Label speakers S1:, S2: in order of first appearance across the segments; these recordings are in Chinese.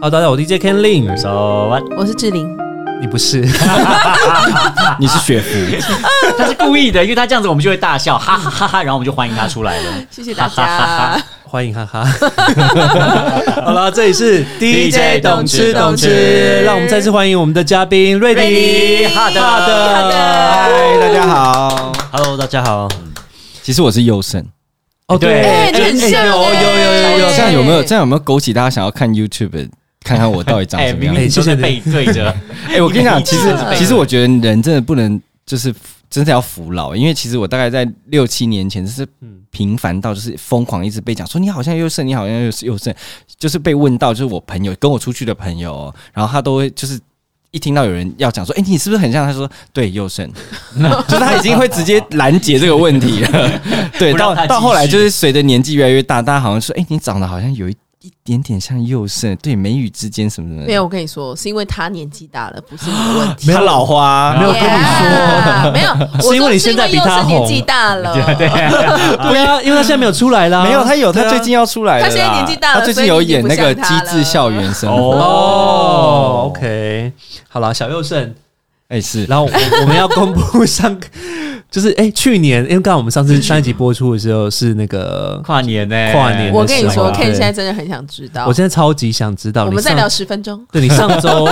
S1: 哦，大家好，我 DJ Ken Lin，
S2: 手腕，
S3: 我是志玲，
S1: 你不是？
S4: 你是雪芙，
S2: 他是故意的，因为他这样子我们就会大笑，哈哈哈哈，然后我们就欢迎他出来了。
S3: 谢谢大家。
S1: 欢迎哈哈。 好了，这里是
S2: DJ 懂吃懂吃
S1: 让我们再次欢迎我们的嘉宾瑞迪。
S2: 哈的
S1: 好
S2: 哈
S1: 的，
S4: 嗨，大家好。
S1: ，Hello，大家好。
S4: 其实我是优胜，
S1: 哦，
S2: 对
S1: 对，
S3: 哎你很像
S1: 有有有有有
S3: 哎
S4: 这样有没有？这样有没有勾起大家想要看 YouTube，看看我到底长
S2: 哎，
S4: 什么
S2: 明
S4: 样？
S2: 明
S4: 哎、
S2: 你都在背对 着，
S4: 我跟你
S2: 明
S4: 讲，
S2: 明
S4: 其实
S2: 就是背
S4: 其实我觉得人真的不能就是。真的要服老，因为其实我大概在六七年前，就是
S2: 嗯
S4: 频繁到就是疯狂一直被讲说你好像优胜，你好像又是优胜，就是被问到，就是我朋友跟我出去的朋友哦，然后他都会就是一听到有人要讲说，哎、你是不是很像？他说对，优胜，就是他已经会直接拦截这个问题了。 对，
S2: 不让
S4: 到
S2: 他
S4: 到
S2: 继续
S4: 后来就是随着年纪越来越大，大家好像说，哎、你长得好像有一一点点像佑胜，对，眉宇之间什么什么的，
S3: 没有，我跟你说，是因为他年纪大了，不是你 的问题。
S4: 他老花，
S1: 没有跟你说
S3: Yeah，没有，我 说
S1: 是因为你现在比他
S3: 是因为
S1: 红
S3: 幼生年纪大了，
S1: 对啊，因为他现在没有出来啦。
S4: 没有，他有，
S1: 对
S4: 他
S1: 啊
S4: 最近要出来了啦。
S3: 他现在年纪大了
S4: 他最近有演那
S3: 所以
S4: 个《
S3: 你已经不
S4: 机
S3: 像他了
S4: 智校园生活》
S1: 啊哦，OK，好了，小佑胜，
S4: 哎，是
S1: 然后我我们要公布上， 就是哎，去年，因为刚刚我们上次上一集播出的时候是那个，
S2: 跨年呢、
S1: 跨年
S3: 我跟你说
S1: 对
S4: 啊
S3: ，Ken 现在真的很想知道
S1: 我。现在超级想知道，
S3: 我们
S1: 你
S3: 再
S1: 上
S3: 聊，十分钟，
S1: 对你上周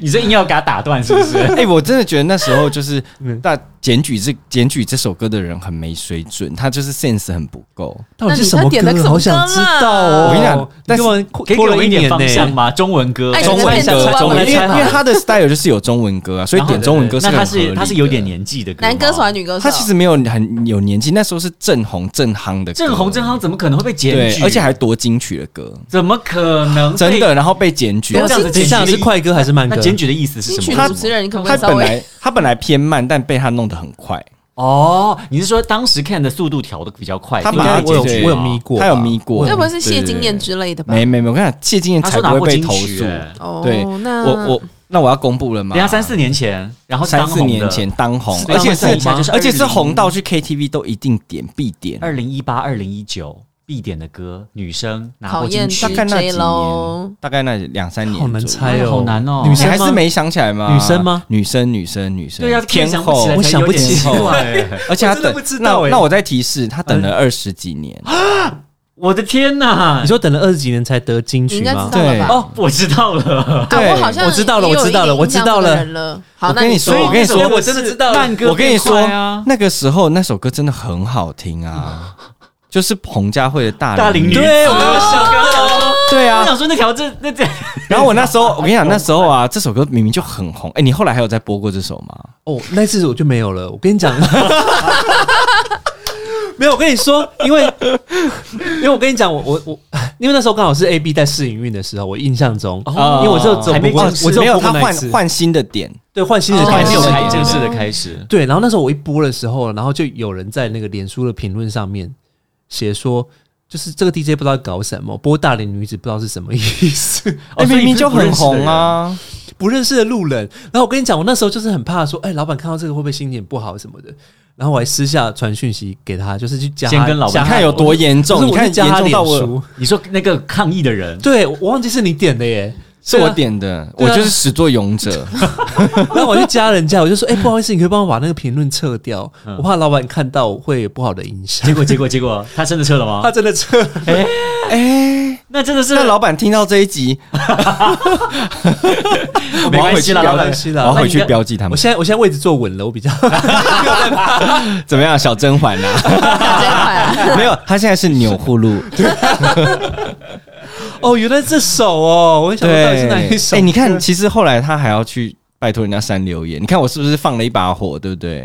S2: 你这硬要给他打断是 不是？
S4: 哎、我真的觉得那时候就是
S1: 嗯
S4: 大检举这检举这首歌的人很没水准，他就是 sense 很不够。
S1: 到底是什么
S3: 那你在点的
S1: 歌？啊
S3: 什么
S1: 好想知道
S3: 歌
S1: 哦！
S3: 啊
S4: 我跟你讲但是
S1: 你
S2: 可
S1: 根本
S2: 以给
S1: 拖
S2: 我
S1: 了
S2: 一点
S1: 年呢
S2: 方向吗？中文歌，
S3: 哎
S2: 中
S4: 中文
S3: 你在
S4: 歌
S3: 骗，
S4: 中
S3: 中
S4: 文
S3: 文
S4: 歌，因为
S1: 猜好
S4: 因为他的 style 就是有中文歌啊，所以
S2: 然后
S4: 点中文歌
S2: 那
S4: 是很合
S2: 他
S4: 理
S2: 是
S4: 的
S2: 他是有点。年纪的歌吗，
S3: 男歌手还是啊女歌手？
S4: 他其实没有很有年纪，那时候是正红正夯的歌，
S2: 郑红郑夯怎么可能会被检
S4: 对，
S2: 举？
S4: 而且还夺金曲的歌，
S2: 怎么可能被
S4: 真的，然后被检举
S2: 那，这样子
S1: 等一下
S2: 检举
S1: 是快歌还是慢
S2: 那
S1: 歌？
S2: 检举的意思是
S3: 金
S2: 什
S3: 曲
S2: 么？
S3: 主持人，你可不可
S4: 他
S3: 以稍
S4: 本
S3: 微？
S4: 来他本来偏慢，但被他弄得很快，
S2: 哦，你是说当时看的速度调的比较快？
S4: 他
S2: 应
S1: 应
S4: 把
S2: 该
S1: 该
S4: 它
S1: 我有
S4: 解决
S2: 哦
S1: 我有迷过吧，
S4: 他有迷过，
S3: 该不会是谢
S4: 对
S3: 金燕？之类的吧
S4: 对对？没没没，我跟你讲，谢金燕
S2: 他
S4: 才
S2: 说拿
S4: 不
S2: 过
S4: 会被
S2: 金
S4: 投
S2: 曲
S4: 诉。
S2: 欸，
S3: 哦，
S4: 对啊
S3: 那
S4: 我我那我要公布了吗？
S2: 人家三四年前，然后是
S4: 三
S2: 当
S4: 四年前当红，而且是
S1: 当红吗
S4: 而且是红到去 KTV 都一定点必点。
S2: 二零一八、二零一九必点的歌，女生拿
S3: 考
S2: 过
S3: 验
S2: 金
S3: 之
S2: 曲
S4: 大，概那几
S3: J 喽
S4: 年，，大概那两三年，
S1: 好难猜
S2: 哎
S1: 哦，
S2: 好难哦
S1: 女
S4: 你
S1: 生吗
S4: 还是没想起来吗？
S1: 女生吗？
S4: 女生，女生，女生。
S2: 对呀，
S4: 天
S2: 想不
S4: 后
S2: 起来，
S1: 我想不起
S2: 才有点奇怪欸。
S4: 而且
S1: 我真
S4: 他
S1: 哎的
S4: 等
S1: 不知道
S4: 那
S1: 欸
S4: 那我再提示，他等了二十几年。
S2: 我的天哪！
S1: 你说等了二十几年才得金
S3: 你
S1: 曲
S3: 应该知
S1: 吗？
S3: 道了吧？
S4: 对
S2: 哦，我知道 了，
S3: 啊，
S4: 对
S3: 我好像
S1: 我知道了
S3: 也有
S1: 我知道了
S3: 一定
S1: 我知
S3: 印象
S1: 道
S3: 这个
S1: 了
S3: 人了。好，
S4: 我
S3: 那
S4: 跟你
S3: 你
S4: 说
S3: 说
S4: 我跟你说
S1: 哎我真的知道了
S2: 慢歌
S4: 我跟你
S2: 变
S4: 说
S2: 快啊，
S4: 那个时候那首歌真的很好 听啊，就是彭佳慧的《大
S2: 大龄女子，
S1: 对我
S2: 有想到，
S4: 对啊
S2: 我，想说那条这那 这，
S4: 然后我那时候，我跟你讲，那时候啊，这首歌明明就很红。哎、你后来还有再播过这首吗？
S1: 哦，那次我就没有了。我跟你讲， 没有，我跟你说，因为因为我跟你讲，我我我，因为那时候刚好是 A B 在试营运的时候，我印象中，
S2: 哦
S1: 因为我只有只有
S2: 还没
S1: 播过，
S2: 正式
S1: 我只
S4: 没有，
S1: 播
S4: 他
S1: 过那一
S4: 换
S1: 次，
S4: 换新的点，
S1: 对，换新的
S3: 哦
S2: 还
S1: 开
S2: 没
S1: 始
S2: 有
S3: 换新的
S2: 开
S3: 点
S2: 正式的开始，
S1: 对，然后那时候我一播的时候，然后就有人在那个脸书的评论上面写说，就是这个 DJ 不知道在搞什么，播大龄女子不知道是什么意思，
S4: 哎、
S2: 哦所以
S4: 明明
S2: 你
S4: 就是
S2: 不认
S4: 很
S2: 识的
S4: 红啊。
S1: 不认识的路人。然后我跟你讲，我那时候就是很怕说，哎、老板看到这个会不会心情不好什么的。然后我还私下传讯息给他，就是去加他
S2: 先跟老板
S1: 加
S4: 你
S1: 他
S4: 看有多严
S1: 不
S4: 重，
S1: 是
S4: 你
S1: 我
S4: 看
S1: 是
S4: 严
S1: 加他
S4: 重
S1: 脸
S4: 到我，
S1: 书，
S2: 你说那个抗议的人，
S1: 对我忘记是你点的 耶，
S4: 是我
S1: 对啊。
S4: 点的，
S1: 对
S4: 我
S1: 啊
S4: 就是始作俑者。
S1: 然后我去加人家，我就说，哎、不好意思，你可以帮我把那个评论撤掉，我怕老板看到会有不好的影响
S2: 嗯结。果结果结果，他真的撤了吗
S1: 他？真的撤了，
S4: 哎、
S2: 那真的是
S4: 那老板听到这一集，
S2: 没关系啦，老
S1: 没
S2: 板
S1: 关。系啦
S4: 我要回去标记他
S1: 我
S4: 们。
S1: 现在我现在位置坐稳了，我比较
S4: 怎么样，小甄嬛 啊？
S3: 小真款，
S4: 没有，他现在是钮祜禄。
S1: 哦，原来这首哦，我也想不
S4: 对，
S1: 到到底是哪一首。
S4: 哎、你看，其实后来他还要去拜托人家删留言，你看我是不是放了一把火，对不对？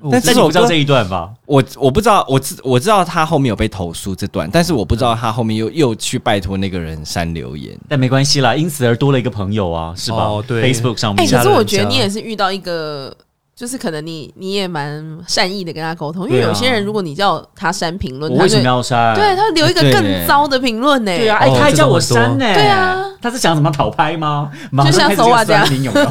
S1: 哦，
S4: 但
S2: 那
S4: 这
S2: 你
S4: 首
S2: 不知道
S4: 歌
S2: 这一段吧？
S4: 我我不知道，我知我知道他后面有被投诉这段，但是我不知道他后面又又去拜托那个人删留言。
S2: 但没关系啦，因此而多了一个朋友啊，是吧？
S1: 哦对
S2: f a c e b o o k 上
S3: 哎、
S2: 面。
S3: 可
S1: 吓
S3: 是
S1: 人
S3: 我觉得
S1: 家
S3: 你也是遇到一个，就是可能你你也蛮善意的跟他沟通，因为
S2: 对啊
S3: 有些人如果你叫他删评论，
S2: 我
S3: 他
S2: 为什
S3: 就
S2: 么要删？
S4: 哦
S3: 对他留一个
S4: 对
S3: 更糟的评论呢？
S2: 对啊，哎、
S1: 哦
S2: 他还叫我删呢、
S3: 这种很多对啊，
S2: 他是想怎么讨拍吗？马上
S3: 就像
S2: 开始
S3: 手
S2: 就
S3: 腕这样啊
S2: 酸你有没 有？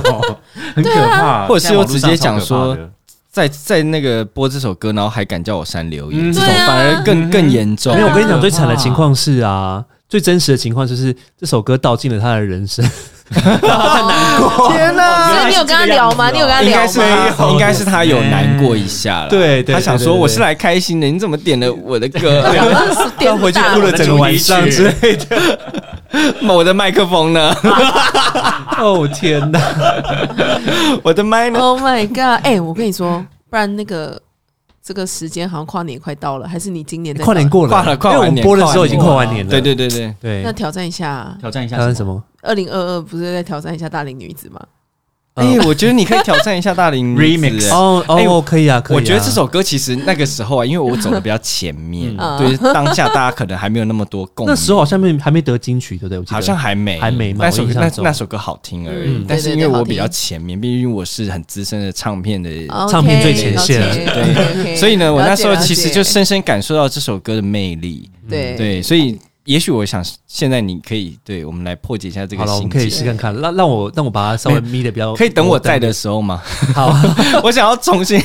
S2: 很可怕，
S4: 或者是
S2: 现在
S4: 又
S2: 网络
S4: 直
S2: 上
S4: 接
S2: 超
S4: 讲
S2: 可怕
S4: 说
S2: 的
S4: 在在那个播这首歌，然后还敢叫我删留言，
S2: 嗯
S4: 这种
S3: 对啊
S4: 反而
S2: 嗯
S4: 更、更严重。
S1: 没有，我跟你讲，
S2: 啊
S1: 最惨的情况是啊，最真实的情况就是这首歌道尽了他的人生。
S3: 哦
S4: 天哪！
S3: 所以你有跟
S2: 啊
S3: 他聊吗？你有跟他
S4: 应
S3: 聊
S4: 该是
S3: 吗？
S4: 他应该是他有难过一下了。
S1: 嗯对对
S4: 他想
S1: 对
S4: 说
S1: 对对
S4: 我是来开心的，你怎么点了我的 歌？
S2: 啊
S3: 是电
S1: 回去
S3: 大
S1: 哭了整个晚上之类的。
S4: 我的麦克风呢？
S1: 哦天哪！
S4: 我的麦
S1: 哦
S4: 呢？
S3: Oh my god！哎、我跟你说，不然那个这个时间好像跨年也快到了，还是你今年再
S1: 跨年
S3: 搞
S1: 过了，
S4: 跨了跨
S1: 因为我
S4: 完
S1: 们
S4: 年
S1: 播的时候已经
S4: 跨
S1: 跨
S4: 完
S1: 完年了。
S4: 对对对对，
S1: 对
S3: 那，挑战一下，
S2: 挑战一下
S1: 他是什？么？
S3: 二零二二不是在挑战一下大龄女子吗？
S4: 哎，我觉得你可以挑战一下大龄女子
S2: Remix
S4: 哎
S1: 嗯哦
S4: 哎
S1: 哦，可以啊，可以啊。
S4: 我觉得这首歌其实那个时候啊，因为我走的比 较前面，
S3: 嗯
S4: 对当下大家可能还没有那么多共鸣。
S1: 那时候好像没还没得金曲，对不对？我记得
S4: 好像还没，
S1: 还没嘛
S4: 那首
S1: 我印
S4: 歌
S1: 象
S4: 那
S1: 中
S4: 那首歌好听而已
S3: 嗯，
S4: 但是
S3: 对对
S4: 因
S3: 对
S4: 为我
S3: 好听哦
S4: 比较前面，毕竟我是很资深的唱片的，
S1: 唱片最前线
S4: 对，所以呢，我那时候其实就深深感受到这首歌的魅力。
S3: 对
S4: 对，所以也许我想，现在你可以对我们来破解一下这个
S1: 好了，我们
S4: 心
S1: 可以
S4: 结。
S1: 试看看，让让我让我把它稍微眯的比较，
S4: 可以等 我在的时候吗？
S1: 好，
S4: 我想要重新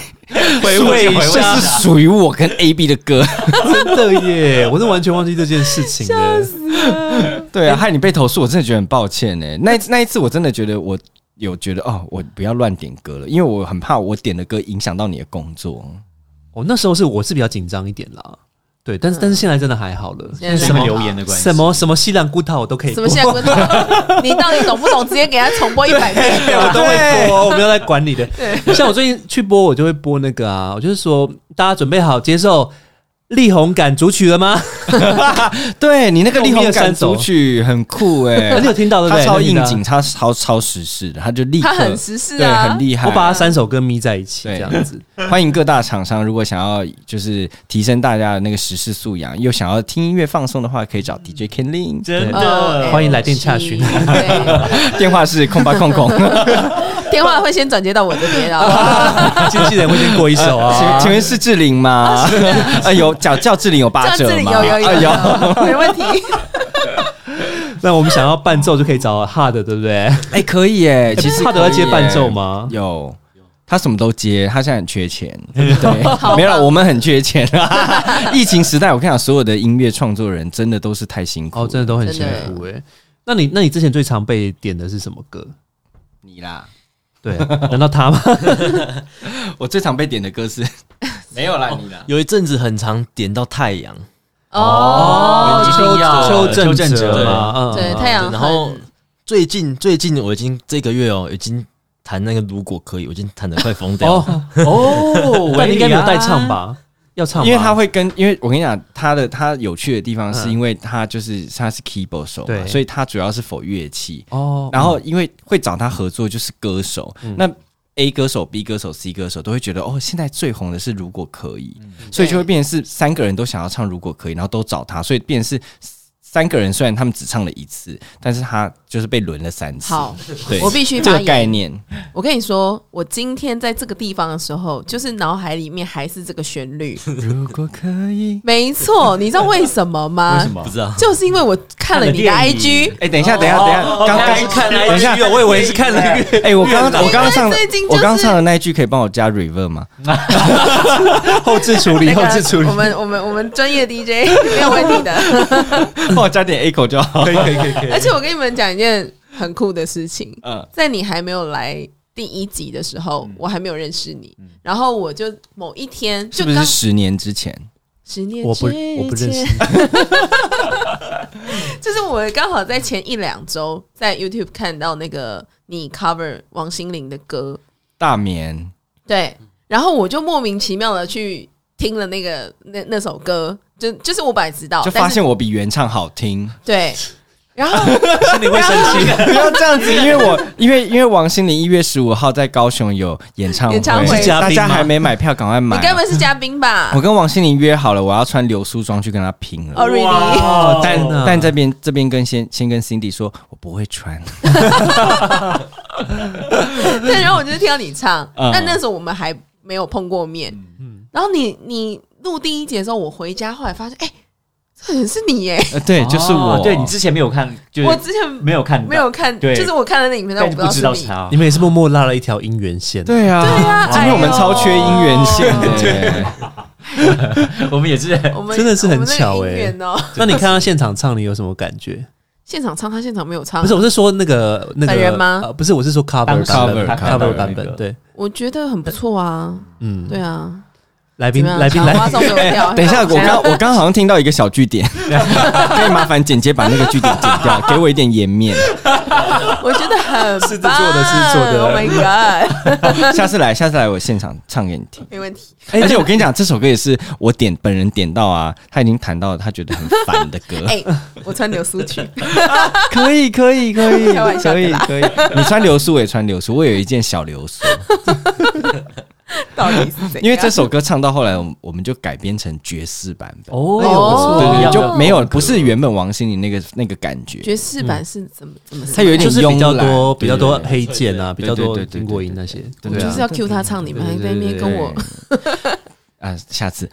S4: 回
S2: 味一下
S4: 这是属于我跟 A B 的歌。
S1: 真的耶，我是完全忘记这件事情了。
S4: 对啊，害你被投诉，我真的觉得很抱歉呢。那一那一次，我真的觉得我有觉得哦，我不要乱点歌了，因为我很怕我点的歌影响到你的工作。
S1: 我哦那时候是我是比较紧张一点啦，对，但是但是现在真的还好了。
S3: 现在
S2: 什么留言的关系？
S1: 什么什么西兰孤塔我都可以
S3: 什
S1: 播，
S3: 么现在滚蛋？你到底懂不懂？直接给他重播一 百遍啊
S1: 我
S3: 吧。
S1: 都会播，我没有在管你的。像我最近去播，我就会播那个啊，我就是说，大家准备好接受力宏感主曲了吗？
S4: 对你那个
S1: 用
S4: 力
S1: 力
S4: 宏
S1: 的
S4: 感
S1: 三首
S4: 组曲很酷 哎，
S1: 你有听到对不
S4: 他
S1: 对？
S4: 超
S1: 你有听
S4: 应
S1: 到
S4: 景，他超超时事的，他就立刻
S3: 他很时事
S4: 对，
S3: 啊，
S4: 很厉害。
S1: 我把它三首歌眯在一起，这样子。
S4: 欢迎各大厂商，如果想要就是提升大家的那个时事素养，又想要听音乐放松的话，可以找 DJ Ken Lin，
S2: 真
S3: 哦
S2: 的
S1: 欢迎来电洽询
S3: 对
S4: 电话是 空八空空，
S3: 电话会先转接到我这边啊。
S1: 经纪人会先过一首
S4: 请
S1: 啊。
S4: 请问是志玲吗？ 哎有叫叫志玲有八折
S3: 这里
S4: 吗？
S3: 有有
S4: 哎
S3: 有
S4: 呦
S3: 有，没问题。
S1: 那我们想要伴奏就可以找 Hard，对不对？
S4: 哎、可以耶，其实
S1: 他都
S4: 可
S1: 要
S4: 以
S1: 接
S4: 耶
S1: 伴奏吗
S4: 有。他什么都接，他现在很 缺钱，对，
S3: 好
S4: 没有啦，
S3: 棒
S4: 我们很缺钱 啊。疫情时代，我跟你讲，所有的音乐创作人真的都是太辛苦了。
S1: 哦，真的都很辛苦哎。那你那你之前最常被点的是什么歌？
S4: 你啦，
S1: 对， 难道他吗？
S4: 我最常被点的歌是没有啦，你啦，
S5: 有一阵子很常点到太阳，
S3: 哦，
S2: 一定要
S1: 邱
S2: 的
S1: 邱
S2: 邱
S1: 正
S2: 正
S1: 哲
S2: 哲
S1: 嘛，嗯，
S3: 对，
S1: 嗯
S3: 太阳
S5: 对
S3: 很，
S5: 然后最近最近我已经这个月哦，已经弹那个如果可以，我已经弹的快疯掉了。
S1: 哦哦， 但你应该没有带唱吧？要唱吗，
S4: 因为他会跟，因为我跟你讲，他的他有趣的地方是因为他就是他是 keyboard 手嘛，
S1: 嗯对
S4: 所以他主要是否乐器。
S1: 哦，
S4: 然后因为会找他合作就是歌手，
S3: 嗯
S4: 那 A 歌手、B 歌手、C 歌手都会觉得哦，现在最红的是如果可以，
S3: 嗯
S4: 所以就会变成是三个人都想要唱如果可以，然后都找他，所以变成是。三个人虽然他们只唱了一次，但是他就是被轮了三次。
S3: 好，
S4: 对，
S3: 我必须发
S4: 这个
S3: 言
S4: 概念，
S3: 我跟你说，我今天在这个地方的时候，就是脑海里面还是这个旋律。
S4: 如果可以。
S3: 没错，你知道为什么吗？为什
S4: 啊
S3: 么
S5: 不知道，
S3: 就是因为我看了你的
S2: 看了电影
S3: IG。
S4: 哎、等一下，等一下，等一下，
S3: 哦
S4: 刚刚
S2: 是看
S4: 等一下
S2: IG 哦我以为是看了一个
S4: 哎、我刚刚我刚刚唱的
S3: 哎最近，就是
S4: 我刚刚唱的那一句可以帮我加 reverb 吗？
S1: 后置处理，
S3: 那
S1: 后置处
S3: 个
S1: 理
S3: 我，们我们我们专业 DJ 没有问题的，
S4: 帮我哦加点 echo 就好。
S1: 可以可以可以可以。
S3: 而且我跟你们讲一件很酷的事情，
S4: 嗯，
S3: 在你还没有来第一集的时候，
S1: 嗯
S3: 我还没有认识你，然后我就某一天
S4: 是
S3: 就
S4: 不
S3: 刚
S4: 是十年之前？
S3: 十年
S1: 我不
S3: 之前
S1: 我不认 识，
S3: 就是我刚好在前一两周在 YouTube 看到那个你 cover 王心凌的歌，
S4: 大眠，
S3: 对，然后我就莫名其妙的去听了那个那那首歌，就就是我本来知道，
S4: 就
S3: 但
S4: 发
S3: 是
S4: 现我比原唱好 听。
S3: 对，然 后
S1: 心里会生气。
S4: 不要这样子，因为我因为因为王心凌一月十五号在高雄有演唱会，
S3: 演唱会是
S1: 嘉
S4: 大
S1: 宾吗
S4: 家还没买票，赶快买
S3: 你。该不会是嘉宾吧
S4: 我？跟王心凌约好了，我要穿流苏装去跟她拼了。
S3: 哦，really？
S1: 哦，
S4: 但
S1: 天哪
S4: 但这边这边跟先先跟 Cindy 说，我不会 穿。
S3: 对，然后我就听到你唱，
S4: 嗯
S3: 但那时候我们还
S1: 嗯
S3: 没有碰过面。然后你你录第一集的时候，我回家后来发现，哎、可能是你耶、
S4: 呃，对，就是我，
S2: 哦对你之前没有看，就
S3: 我
S2: 是
S3: 之前
S2: 没有看到，
S3: 没有看，
S2: 对
S3: 就是我看了那影片，但
S2: 但
S3: 我
S2: 是
S3: 不
S2: 不知
S3: 知
S2: 道
S3: 道
S2: 是
S3: 是你。
S2: 他
S1: 你。们也是默默拉了一条姻缘线，
S4: 对啊，
S3: 对哎啊
S4: 今天我们超缺姻缘线的、
S2: 我们也是
S3: 我们
S1: 真的是很巧
S3: 我们那个
S1: 欸
S3: 姻缘哦。
S1: 那你看到现场唱，你有什么感觉？
S3: 现场唱，他现场没有唱，
S1: 不是，我是说那个那个
S3: 本人吗
S1: 呃不是，我是说 cover 版
S2: 当时
S1: 本
S2: 他
S1: cover
S4: cover
S1: 版
S2: 那
S1: 本，
S2: 个
S1: 对，
S3: 我觉得很不错啊。
S1: 嗯，
S3: 对啊，
S1: 来
S3: 怎
S1: 宾
S3: 么样
S1: 来宾哦来
S3: 把花送给我掉
S4: 等一下，我刚我刚好像听到一个小据点，可以麻烦剪接把那个据点剪掉，给我一点颜面。
S3: 我觉得很
S1: 是的做的是做的
S3: 棒 Oh my god，
S4: 下次来，下次来我现场唱给你听。
S3: 没问题。
S1: 哎
S4: 而且我跟你讲，这首歌也是我点本人点到啊，他已经弹到他觉得很烦的 歌。
S3: 哎，我穿流苏裙，
S4: 哎可以，可以，可 以，
S3: 开玩笑
S4: 可
S3: 的
S4: 以，
S3: 啦啊
S4: 可以。你穿流苏，我也穿流苏，我有一件小 流苏。
S3: 到底是谁？
S4: 因为这首歌唱到后来，我们我们就改编成爵士版本。
S1: 哦，
S3: 哦
S1: 哎呦不错
S4: 对
S3: 一
S4: 对，
S3: 样的
S4: 就没有不是原本王心凌那个那个感觉，
S3: 爵士版是怎么怎么唱？
S4: 它有一点
S1: 就是比较
S4: 慵懒
S1: 多比较多
S4: 对对对
S1: 黑键啊，比较多
S4: 对对对对
S1: 苹果音那些，
S3: 我
S4: 对
S1: 对
S3: 就
S1: 啊
S3: 是要 cue 他唱，你们还在那边跟我
S4: 对对对啊，下次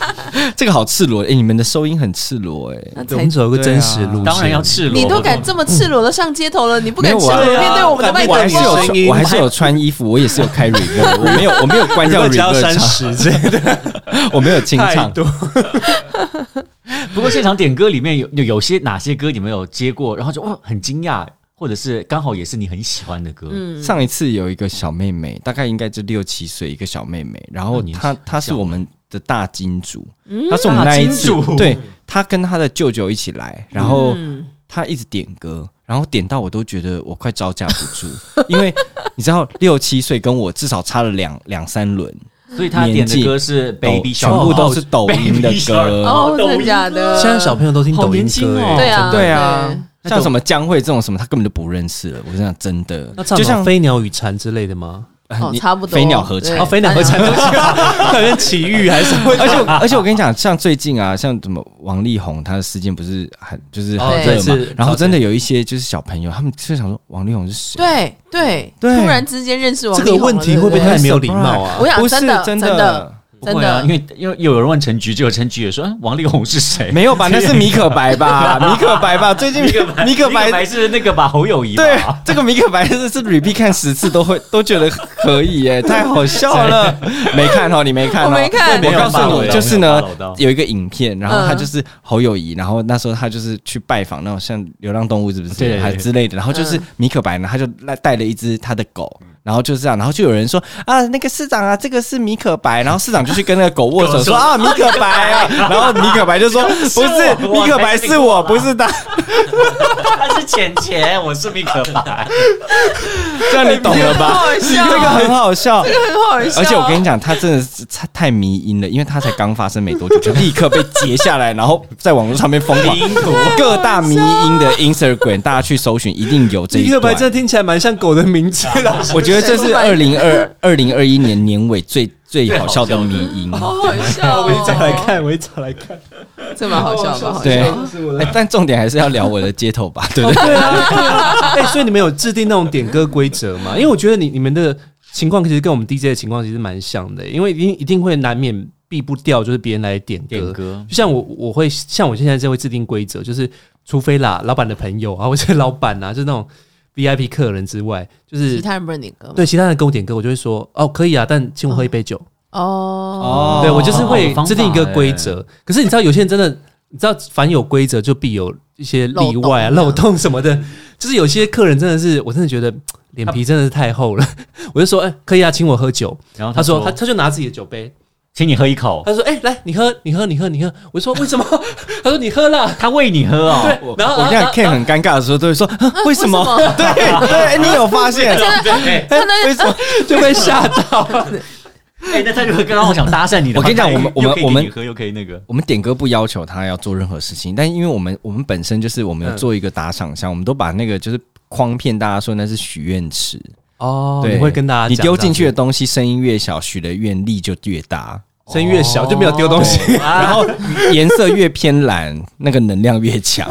S4: 这个好赤裸哎、诶你们的收音很赤裸哎、
S3: 那
S1: 对我啊们
S3: 才。
S1: 走一个真实路线，
S2: 当然要赤裸，
S3: 你都敢这么赤裸的上街头了，你不敢
S4: 没
S3: 赤
S4: 有啊
S3: 裸地面对我们的麦
S4: 我
S3: 克
S4: 还是有
S3: 风？
S1: 声音
S4: 穿，我还是有穿衣服，我也是有开 r e v e r 我没有我没有关掉 r
S1: 要
S4: e v
S1: 加
S4: e r
S1: 三十这样
S4: 我没有清
S1: 太
S4: 唱。
S1: 多，
S2: 不过现场点歌里面有有有些哪些歌你们有接过，然后就哇哦很惊讶，或者是刚好也是你很喜欢的歌，
S3: 嗯，
S4: 上一次有一个小妹妹，大概应该就六七岁，一个小妹妹，然后
S2: 那年纪
S4: 她
S2: 很小
S4: 她是我们的大金主，
S3: 嗯
S4: 她是我们那一次
S2: 大金主
S4: 对她跟她的舅舅一起来，然后
S3: 嗯
S4: 她一直点歌，然后点到我都觉得我快招架不住，因为你知道六七岁跟我至少差了两两三轮，
S2: 所以他点的歌是 Baby
S4: 全
S2: Shark，哦
S4: 部都是抖音的
S2: Baby Shark
S4: 歌。
S3: 哦，真的假的？
S1: 现在小朋友都听抖音歌
S2: 好年轻哦
S1: 哎，
S3: 对啊，
S4: 对啊，像什么江蕙这种什么，她根本就不认识了。我跟你讲，真的
S1: 那，唱
S4: 就
S1: 什么
S4: 像
S1: 飞鸟与蝉之类的吗？
S3: 对，哦，
S4: 你
S3: 差不多。
S4: 飞鸟合唱
S3: 对
S1: 哦，飞鸟和蝉， 好像奇遇还是
S4: 而且我而且我跟你讲，像最近啊，像什么王力宏，他的事件不是很就是
S1: 哦
S4: 很
S3: 对
S4: 热
S1: 是
S4: 嘛，然后真的有一些就是小朋友，他们就想说王力宏是谁？
S3: 对对，
S4: 对
S3: 突然之间认识我，
S1: 这个问题会不会
S4: 对
S1: 太没有礼貌啊
S3: 我？想
S4: 不是
S3: 真的
S4: 真
S3: 真的，
S2: 不会啊，
S3: 真
S2: 因
S3: 的
S2: 为因为有人问陈菊，就有陈菊也说嗯王力宏是谁？
S4: 没有吧？那是米可白吧？米可白吧？最近米可
S2: 白
S4: 白。
S2: 是那个吧侯友谊啊吧
S4: 对，这个米可白是是 repeat 看十次都会都觉得可以耶，太好笑了。没看哦，你没看哦，
S3: 我没看嗯
S2: 没
S4: 我告
S2: 有
S4: 诉
S2: 没
S4: 你，
S2: 有
S4: 就是呢
S2: 没有到，
S4: 有一个影片，然后他就是侯友谊，然后那时候他就是去拜访那种像流浪动物是不
S2: 对对
S4: 是
S2: 对
S4: 还之类的，然后就是
S3: 嗯
S4: 米可白呢，他就带带了一只他的狗。然后就这样，然后就有人说啊，那个市长啊，这个是米可白，然后市长就去跟那个狗握手说啊，米可白啊，然后米可白就说不是，
S2: 我
S4: 米可白是我，不是他，
S2: 他是浅浅，我是米可白。
S4: 这样你懂了吧？
S3: 好笑，
S4: 这个很好笑。
S3: 很好笑。
S4: 而且我跟你讲，他真的是太太迷因了，因为他才刚发生没多久， 就立刻被截下来，然后在网络上面疯狂各大迷因的 Instagram，大家去搜寻，一定有这
S1: 米
S4: 一
S1: 克白
S4: 段
S1: 真。的听起来蛮像狗的名字 啦。
S4: 我觉得这是二零二二零二一年年尾最最好笑的迷因。
S3: 好好笑哦，
S1: 我一找来看，我一找来看，
S3: 这蛮好笑的，好
S4: 对
S3: 笑。
S1: 是我的。
S4: 哎，但重点还是要聊我的街头吧，对 不对？
S1: 对啊，对啊哎、所以你们有制定那种点歌规则吗？因为我觉得你你们的情况其实跟我们 DJ 的情况其实蛮像的、因为一定一定会难免避不掉，就是别人来点歌。
S2: 点歌
S1: 就像我我会像我现在就会制定规则，就是除非啦老板的朋友啊，或者老板啊，就是那种 VIP 客人之外，就是
S3: 其他人不能点歌吗？
S1: 对其他人跟我点歌，我就会说哦可以啊，但请我喝一杯酒。
S3: 哦，
S1: 对我就是
S2: 好
S1: 会
S2: 的方法哎
S1: 制定一个规则。可是你知道，有些人真的，你知道，凡有规则就必有一些例外啊、漏
S3: 漏洞
S1: 洞什么的。就是有些客人真的是，我真的觉得脸皮真的是太厚了。 我就说，哎、可以啊，请我喝酒。
S2: 然后
S1: 他
S2: 哦他
S1: 说，
S2: 说
S1: 他他就拿自己的酒杯，
S2: 请你喝一口，
S1: 他说，哎、来，你喝，你喝，你喝，你喝。我就说为什么？ 他说你喝了。
S2: 他喂你喝哦。
S1: 对，然后
S4: 我
S1: 然后
S4: 跟
S1: 然
S4: 你
S1: 后
S4: 讲 Ken 很尴尬的时候，都会说啊 为什么
S3: 为什？
S4: 对对，哎你有发 现？
S2: 对，
S4: 哎为什么？
S1: 就被吓到。
S2: 哎，那他如果刚刚我想搭讪你的话，
S4: 我跟你讲我们我
S2: 又可
S4: 们
S2: 以给
S4: 我们
S2: 你喝又可以那个，
S4: 我们点歌不要求他要做任何事情，但因为我们我们本身就是我们有做一个打赏箱，我们都把那个就是诓骗大家说那是许愿池，
S1: 哦，
S4: 对，
S1: 你会跟大家
S4: 你
S1: 讲
S4: 丢进去的东西声音越小，许的愿力就越大，哦
S1: 这样，声越小就没有丢东西。
S4: 然
S1: 哦
S4: 后颜色越偏蓝，那个能量越强。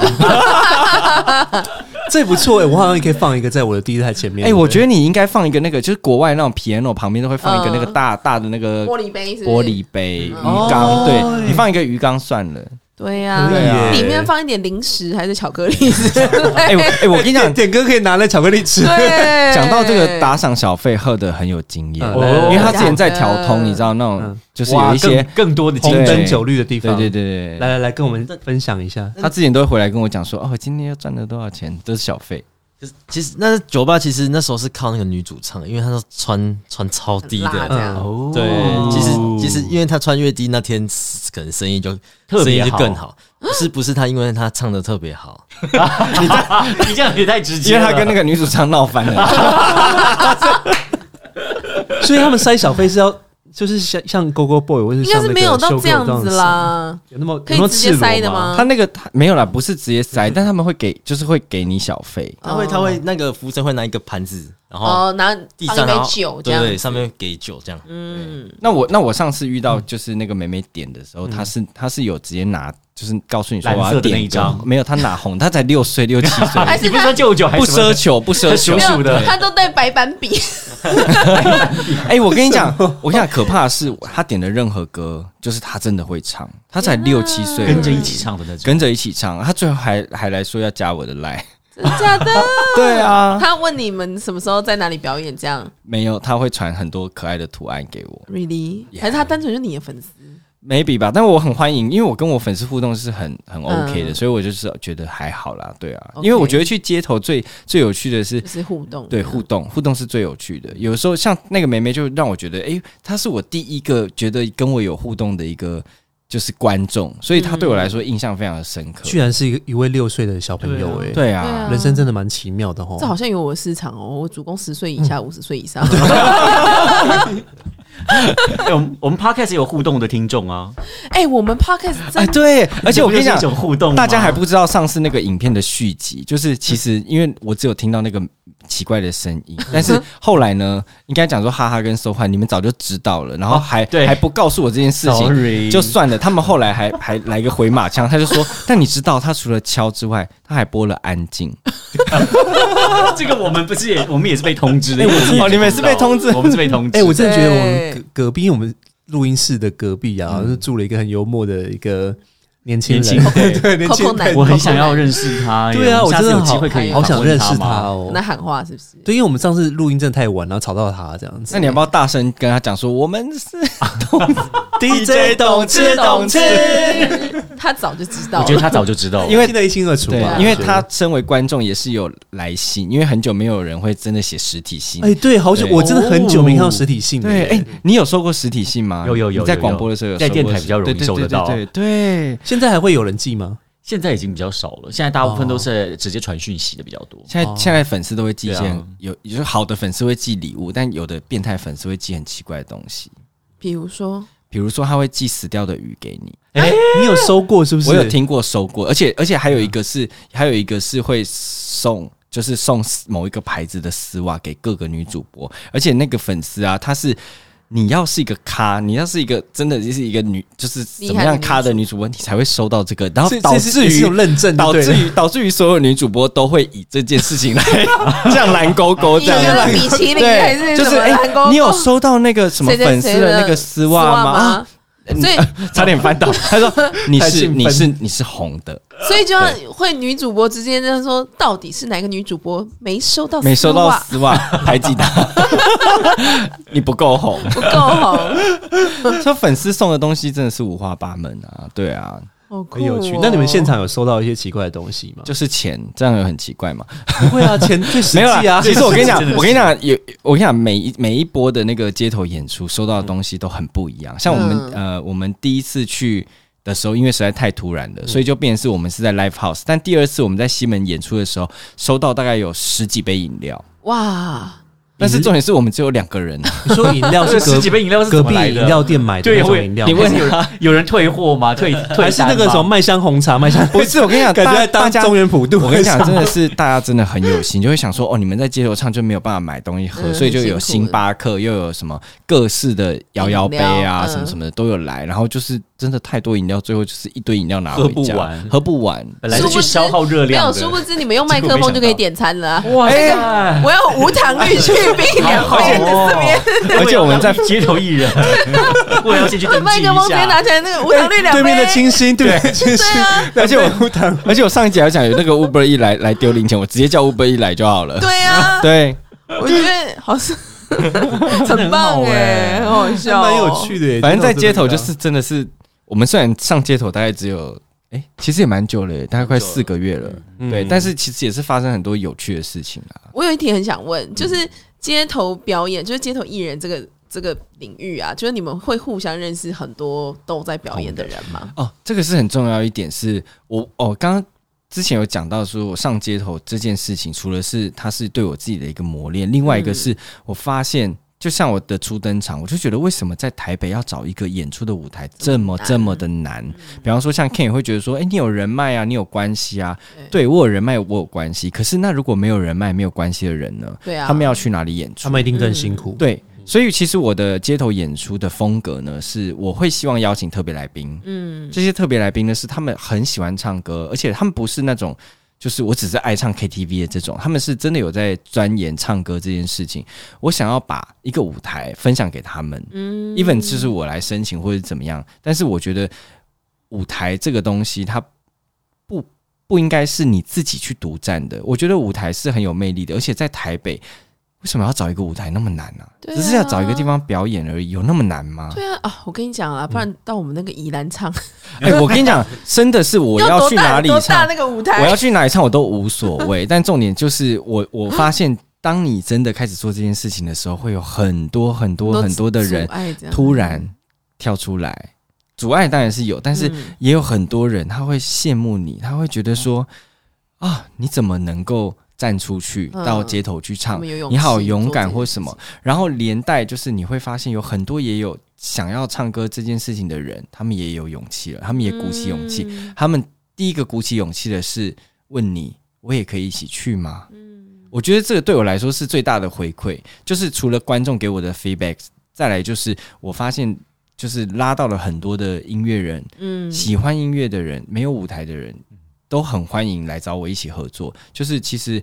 S1: 这不错哎、我好像也可以放一个在我的第一台前面。
S4: 哎、我觉得你应该放一个那个，就是国外那种 piano 旁边都会放一个
S3: 嗯
S4: 那个大大的那个
S3: 玻璃杯是不是
S4: 玻璃杯
S3: 嗯
S4: 鱼缸，
S1: 哦
S4: 对你放一个鱼缸算了，
S3: 对呀、
S1: 可以耶
S3: 里面放一点零食还是巧克力之类的
S4: 哎、我哎、我跟你讲
S1: 点， 点歌可以拿来巧克力吃，
S3: 对，
S4: 讲到这个打赏小费，赫德很有经验，
S1: 嗯
S4: 因为他之前在调通，
S3: 嗯
S4: 你知道那种
S1: 嗯
S4: 就是有一些
S2: 哇，更更多的
S4: 对
S1: 红灯酒绿的地
S4: 对
S1: 方。
S4: 对对对
S1: 来
S4: 对，
S1: 来来，跟我们分享一下。
S4: 他之前都会回来跟我讲说，哦，今天又赚了多少钱，都是小 费。
S5: 就是其实那酒吧其实那时候是靠那个女主唱，因为她都穿穿超低
S3: 很辣
S5: 的。
S3: 这样
S1: 嗯，
S2: 哦，
S5: 对，其实其实因为她穿越低，那天可能生意就
S2: 特别
S5: 生意就
S2: 好
S5: 更好。不是不是她，因为她唱的特别好，
S2: 啊你这样也太直
S4: 因
S2: 接
S4: 为
S2: 了。
S4: 他跟那个女主唱闹翻 了，
S1: 所以他们塞小费是要，就是像像 Go Go Boy 或者
S3: 应该是没有到这样子，啦，
S1: 有那么
S3: 可以直接塞的？
S1: 有
S3: 吗？
S4: 他那个他没有啦，不是直接
S1: 嗯
S4: 塞，但他们会给，就是会给你小费。
S5: 她会她会那个服务生会拿一个盘子，然后
S3: 哦，拿
S5: 地
S3: 放一
S5: 上然
S3: 杯
S5: 后
S3: 酒这
S5: 对
S3: 样，
S5: 对，上面给酒这样。
S3: 嗯，
S4: 那我那我上次遇
S1: 嗯
S4: 到就是那个妹妹点的时候，她是她是有直接拿，就是告诉你说
S2: 蓝
S4: 我
S2: 色
S4: 要
S2: 的那
S4: 点
S2: 一
S4: 歌
S2: 张
S4: 没有，她拿红，她才六岁六 七岁，
S3: 还是
S2: 你不是
S3: 他
S2: 说舅舅还
S4: 不
S2: 是什
S4: 奢
S2: 么
S4: 求不奢求
S2: 很，熟的
S3: 没有他都带白板 笔，
S4: 哎、我跟你讲，我跟你讲，可怕的是他点的任何歌，就是他真的会唱，他才六七岁，
S2: 跟着一起唱的那种？
S4: 跟着一起唱，他最后还还来说要加我的 line，
S3: 真的假的？
S4: 对啊，
S3: 他问你们什么时候在哪里表演，这样
S4: 没有，他会传很多可爱的图案给我
S3: really？
S4: Yeah
S3: 还是他单纯是你的粉丝？
S4: ，maybe 吧，但我很欢迎，因为我跟我粉丝互动是很很 OK 的，
S3: 嗯
S4: 所以我就是觉得还好啦，对啊
S3: OK
S4: 因为我觉得去街头最最有趣的是
S3: 就是互动，
S4: 对互动，互动是最有趣的。有时候像那个梅梅，就让我觉得，诶，她是我第一个觉得跟我有互动的一个就是观众，所以她对我来说印象非常的深刻。
S1: 居然是一个一位六岁的小朋友哎、
S4: 对
S3: 对
S4: 啊，
S3: 啊，
S1: 人生真的蛮奇妙的哦
S3: 这。好像有我的市场哦，我主攻十岁以
S4: 嗯
S3: 下、五十岁以上，
S2: 哎我们我们 podcast 有互动的听众啊，
S3: 哎，我们 podcast
S4: 哎，
S3: 真
S4: 对，而且我跟你
S2: 这不就是
S4: 讲
S2: 一，种互动吗，
S4: 大家还不知道上次那个影片的续集，就是其实因为我只有听到那个奇怪的声
S2: 嗯
S4: 音，但是后来呢，应该讲说哈哈跟收焕，你们早就知道了，然后还、
S2: 哦对
S4: 还不告诉我这件事情。
S2: sorry，
S4: 就算了，他们后来还还来个回马枪，他就说：“ 但你知道，他除了敲之外，他还播了 安静。
S2: 这个我们不是也我们也是被通知的，
S4: 哎我
S2: 因为们也
S4: 哦你们是被通知
S2: 啊我们是被通知。
S1: 哎、我真的觉得我们
S3: 对
S1: 隔隔壁，因为我们录音室的隔壁啊，就住了一个很幽默的一个年轻
S2: 年轻
S1: 人，
S2: 人
S1: 对年轻
S3: 扣扣奶
S1: 人
S2: 我很想要认识他耶，哎
S1: 对啊，
S2: 我
S1: 我
S2: 们下
S1: 真
S2: 次
S1: 的
S2: 有机
S1: 好
S2: 会可以
S1: 好想
S2: 访问
S1: 认识他
S2: 吗。
S1: 哦
S3: 那。喊话是不是？
S1: 对，因为我们上次录音真的太晚，然后吵到他这样”子。
S4: 那你要不要大声跟他讲说：“我们 是
S1: DJ 懂吃懂吃，
S3: 他早就知道
S2: 我觉得
S3: 了，
S2: 他早就知道了，
S4: 因为
S1: 听得一清二楚
S4: 对
S1: 吧？，
S4: 因为他身为观众也是有来信，因为很久没有人会真的写实体信。
S1: 哎，对，好久
S4: 对
S1: 我真的很久没看到实体信了
S4: 对，哎、你有收过实体信吗？
S2: 嗯有有有
S4: 你在
S2: 有
S4: 广
S2: 有
S4: 播的时候有
S2: 在
S4: 收
S2: 电
S4: 过
S2: 台
S4: 实
S2: 比较容易
S4: 对对
S2: 收得
S4: 对
S2: 到
S4: 对对，
S1: 现在还会有人寄吗？
S2: 现在已经比较少了，现在大部分都是直接传讯息的比较多。
S4: 现在、现在粉丝都会寄一些
S2: 哦对啊
S4: 很有，有些好的粉丝会寄礼物，但有的变态粉丝会寄很奇怪的东西，
S3: 比如说
S4: 比如说他会寄死掉的鱼给你。
S1: 哎，你有收过是不是？
S4: 我有听过收过，而且而且还有一个是、还有一个是会送。就是送某一个牌子的丝袜给各个女主播，而且那个粉丝啊，她是你要是一个咖，你要是一个真的就是一个女，就是怎么
S3: 厉害的
S4: 样
S3: 女
S4: 咖的女主播，你才会收到这个，然后
S1: 这，
S4: 导
S1: 这是
S4: 致
S1: 也是
S4: 于
S1: 有认证就
S4: 导
S1: 对了，
S4: 致于导致于所有女主播都会以这件事情来这样蓝勾勾这
S3: 一个
S4: 样。
S3: 米其林还是
S4: 对，就是
S3: 什么
S4: 哎
S3: 蓝勾勾
S4: 你有收到那个什么
S3: 谁谁
S4: 粉丝
S3: 谁
S4: 的那个丝袜吗？啊，？
S3: 所以
S4: 差点翻倒。 他说：“你
S1: 太
S4: 是
S1: 兴奋
S4: 你是你是红的，
S3: 所以就要会女主播之间就是说，到底是哪个女主播没收到丝袜？
S4: 没收到哦丝袜， 排挤他，你不够红。
S3: 不够好，
S4: 说粉丝送的东西真的是五花八门啊，对啊，
S3: 好酷、
S1: 很有趣。那你们现？场有收到一些奇怪的东西吗？
S4: 就是钱，这样有很奇怪嘛？
S1: 不会啊，钱最实
S4: 没有
S1: 际啊
S4: 啦，。其实我跟你讲
S2: 真的，是
S4: 我跟你讲，有我跟你讲，每一每一波的那个街头演出收到的东西都很不一样。像我们、呃，我们第一次去的时候，因为实在太突然了，所以就变成是我们是在 live house。但第二次我们在西门演出的时候，收到大概有十几杯饮料，
S3: 哇，
S4: 但是重点是我们只有两个人。
S1: 你说饮料 是
S2: 这呃十
S1: 隔
S2: 几杯饮料是
S1: 隔
S2: 怎
S1: 壁
S2: 么来的
S1: 饮料店买的
S2: 对，
S1: 那种
S2: 会
S1: 饮料，
S2: 你问
S1: 还是
S2: 有 人有人退货 吗？退退
S1: 还是那个
S2: 单吗
S1: 什么麦香红茶、麦香
S4: 不是，我跟你讲，
S1: 感觉在当
S4: 大大家
S1: 中原普渡。
S4: 我跟你讲，真的是大家真的很有心，就会想说哦，你们在街头唱就没有办法买东西喝，
S3: 嗯
S4: 所以就有
S3: 很辛苦
S4: 星巴克，又有什么各式的摇摇杯
S3: 饮料
S4: 啊，
S3: 嗯
S4: 什么什么的都有来，然后就是真的太多饮料，最后就是一堆饮料拿回
S2: 喝
S4: 家
S2: 不完
S4: 喝不完。
S2: 本来是
S3: 殊不
S2: 去
S3: 知
S2: 消耗热
S3: 没有，
S2: 量的
S3: 殊不。知你们用麦克风就可以点餐了、啊。
S2: 哇塞
S3: 我要无糖绿去冰凉
S2: 哎好
S3: 面，
S2: 哦！
S4: 而且我们在
S2: 街头艺人，我也要先去登
S3: 麦
S2: 记一
S3: 克风直接
S2: 下
S3: 拿。起来，那个无糖绿两杯，
S1: 对面的清新，对面的清新，
S4: 而且我而且我上一集还讲有那个 Uber 一来来丢零钱，我直接叫 Uber 一来就好了。
S3: 对啊，
S4: 对，
S3: 我觉得好是很
S2: 很
S3: 棒
S2: 好
S3: 哎、
S2: 欸
S3: 很好笑、
S1: 蛮有。趣的耶。
S4: 反正在街头
S1: 这
S4: 就
S1: 种
S4: 是真的是，我们虽然上街头大概只有哎、其实也蛮久了耶，大概快四个月了。
S1: 嗯
S4: 对，但是其实也是发生很多有趣的事情啊。
S3: 我有一题很想问，就是街头表演，就是街头艺人这个这个领域啊，就是你们会互相认识很多都在表演的人吗？
S4: 哦，这个是很重要一点是，我哦，刚刚之前有讲到说，我上街头这件事情，除了是它是对我自己的一个磨练，另外一个是我发现，就像我的初登场，我就觉得为什么在台北要找一个演出的舞台这么这么的难？嗯比方说，像 Ken 也会觉得说，哎、你有人脉啊，你有关系啊，对我有人脉，我有关系。可是那如果没有人脉、没有关系的人呢？
S3: 对啊，
S4: 他们要去哪里演出
S1: 他？们一定更辛苦。
S4: 嗯对，所以其实我的街头演出的风格呢，是我会希望邀请特别来宾。
S3: 嗯
S4: 这些特别来宾呢，是他们很喜欢唱歌，而且他们不是那种就是我只是爱唱 KTV 的这种，他们是真的有在钻研唱歌这件事情。我想要把一个舞台分享给他们，
S3: 嗯
S4: even 就是我来申请或者怎么样，但是我觉得舞台这个东西，它不不应该是你自己去独占的。我觉得舞台是很有魅力的，而且在台北，为什么要找一个舞台那么难呢、
S3: 对啊
S4: 只是要找一个地方表演而已，有那么难吗？
S3: 对啊啊！我跟你讲啊，不然到我们那个宜兰唱，
S4: 哎、我跟你讲，真的是我
S3: 要
S4: 要
S3: 多
S4: 去
S3: 大
S4: 哪里
S3: 多大
S4: 唱，
S3: 那个舞
S4: 我
S3: 台
S4: 要？去哪里唱我都无所 谓。但重点就是我，我发现，当你真的开始做这件事情的时候，会有很多很多很多的人
S3: 阻碍这样
S4: 突然跳出来，阻碍当然是有，但是
S3: 嗯
S4: 也有很多人他会羡慕你，他会觉得说啊，你怎么能够站出去
S3: 嗯
S4: 到街头去
S3: 他
S4: 唱
S3: 们？有勇气
S4: 你好勇
S3: 做
S4: 敢
S3: 这件
S4: 或什么
S3: 事情，，
S4: 然后连带就是你会发现有很多也有想要唱歌这件事情的人，他们也有勇气了，他们也鼓起勇气。
S3: 嗯
S4: 他们第一个鼓起勇气的是问你，我也可以一起去吗？我觉得这个对我来说是最大的回馈，就是除了观众给我的 feedback，再来就是我发现，就是拉到了很多的音乐人，
S3: 嗯
S4: 喜欢音乐的人，没有舞台的人，都很欢迎来找我一起合作。就是其实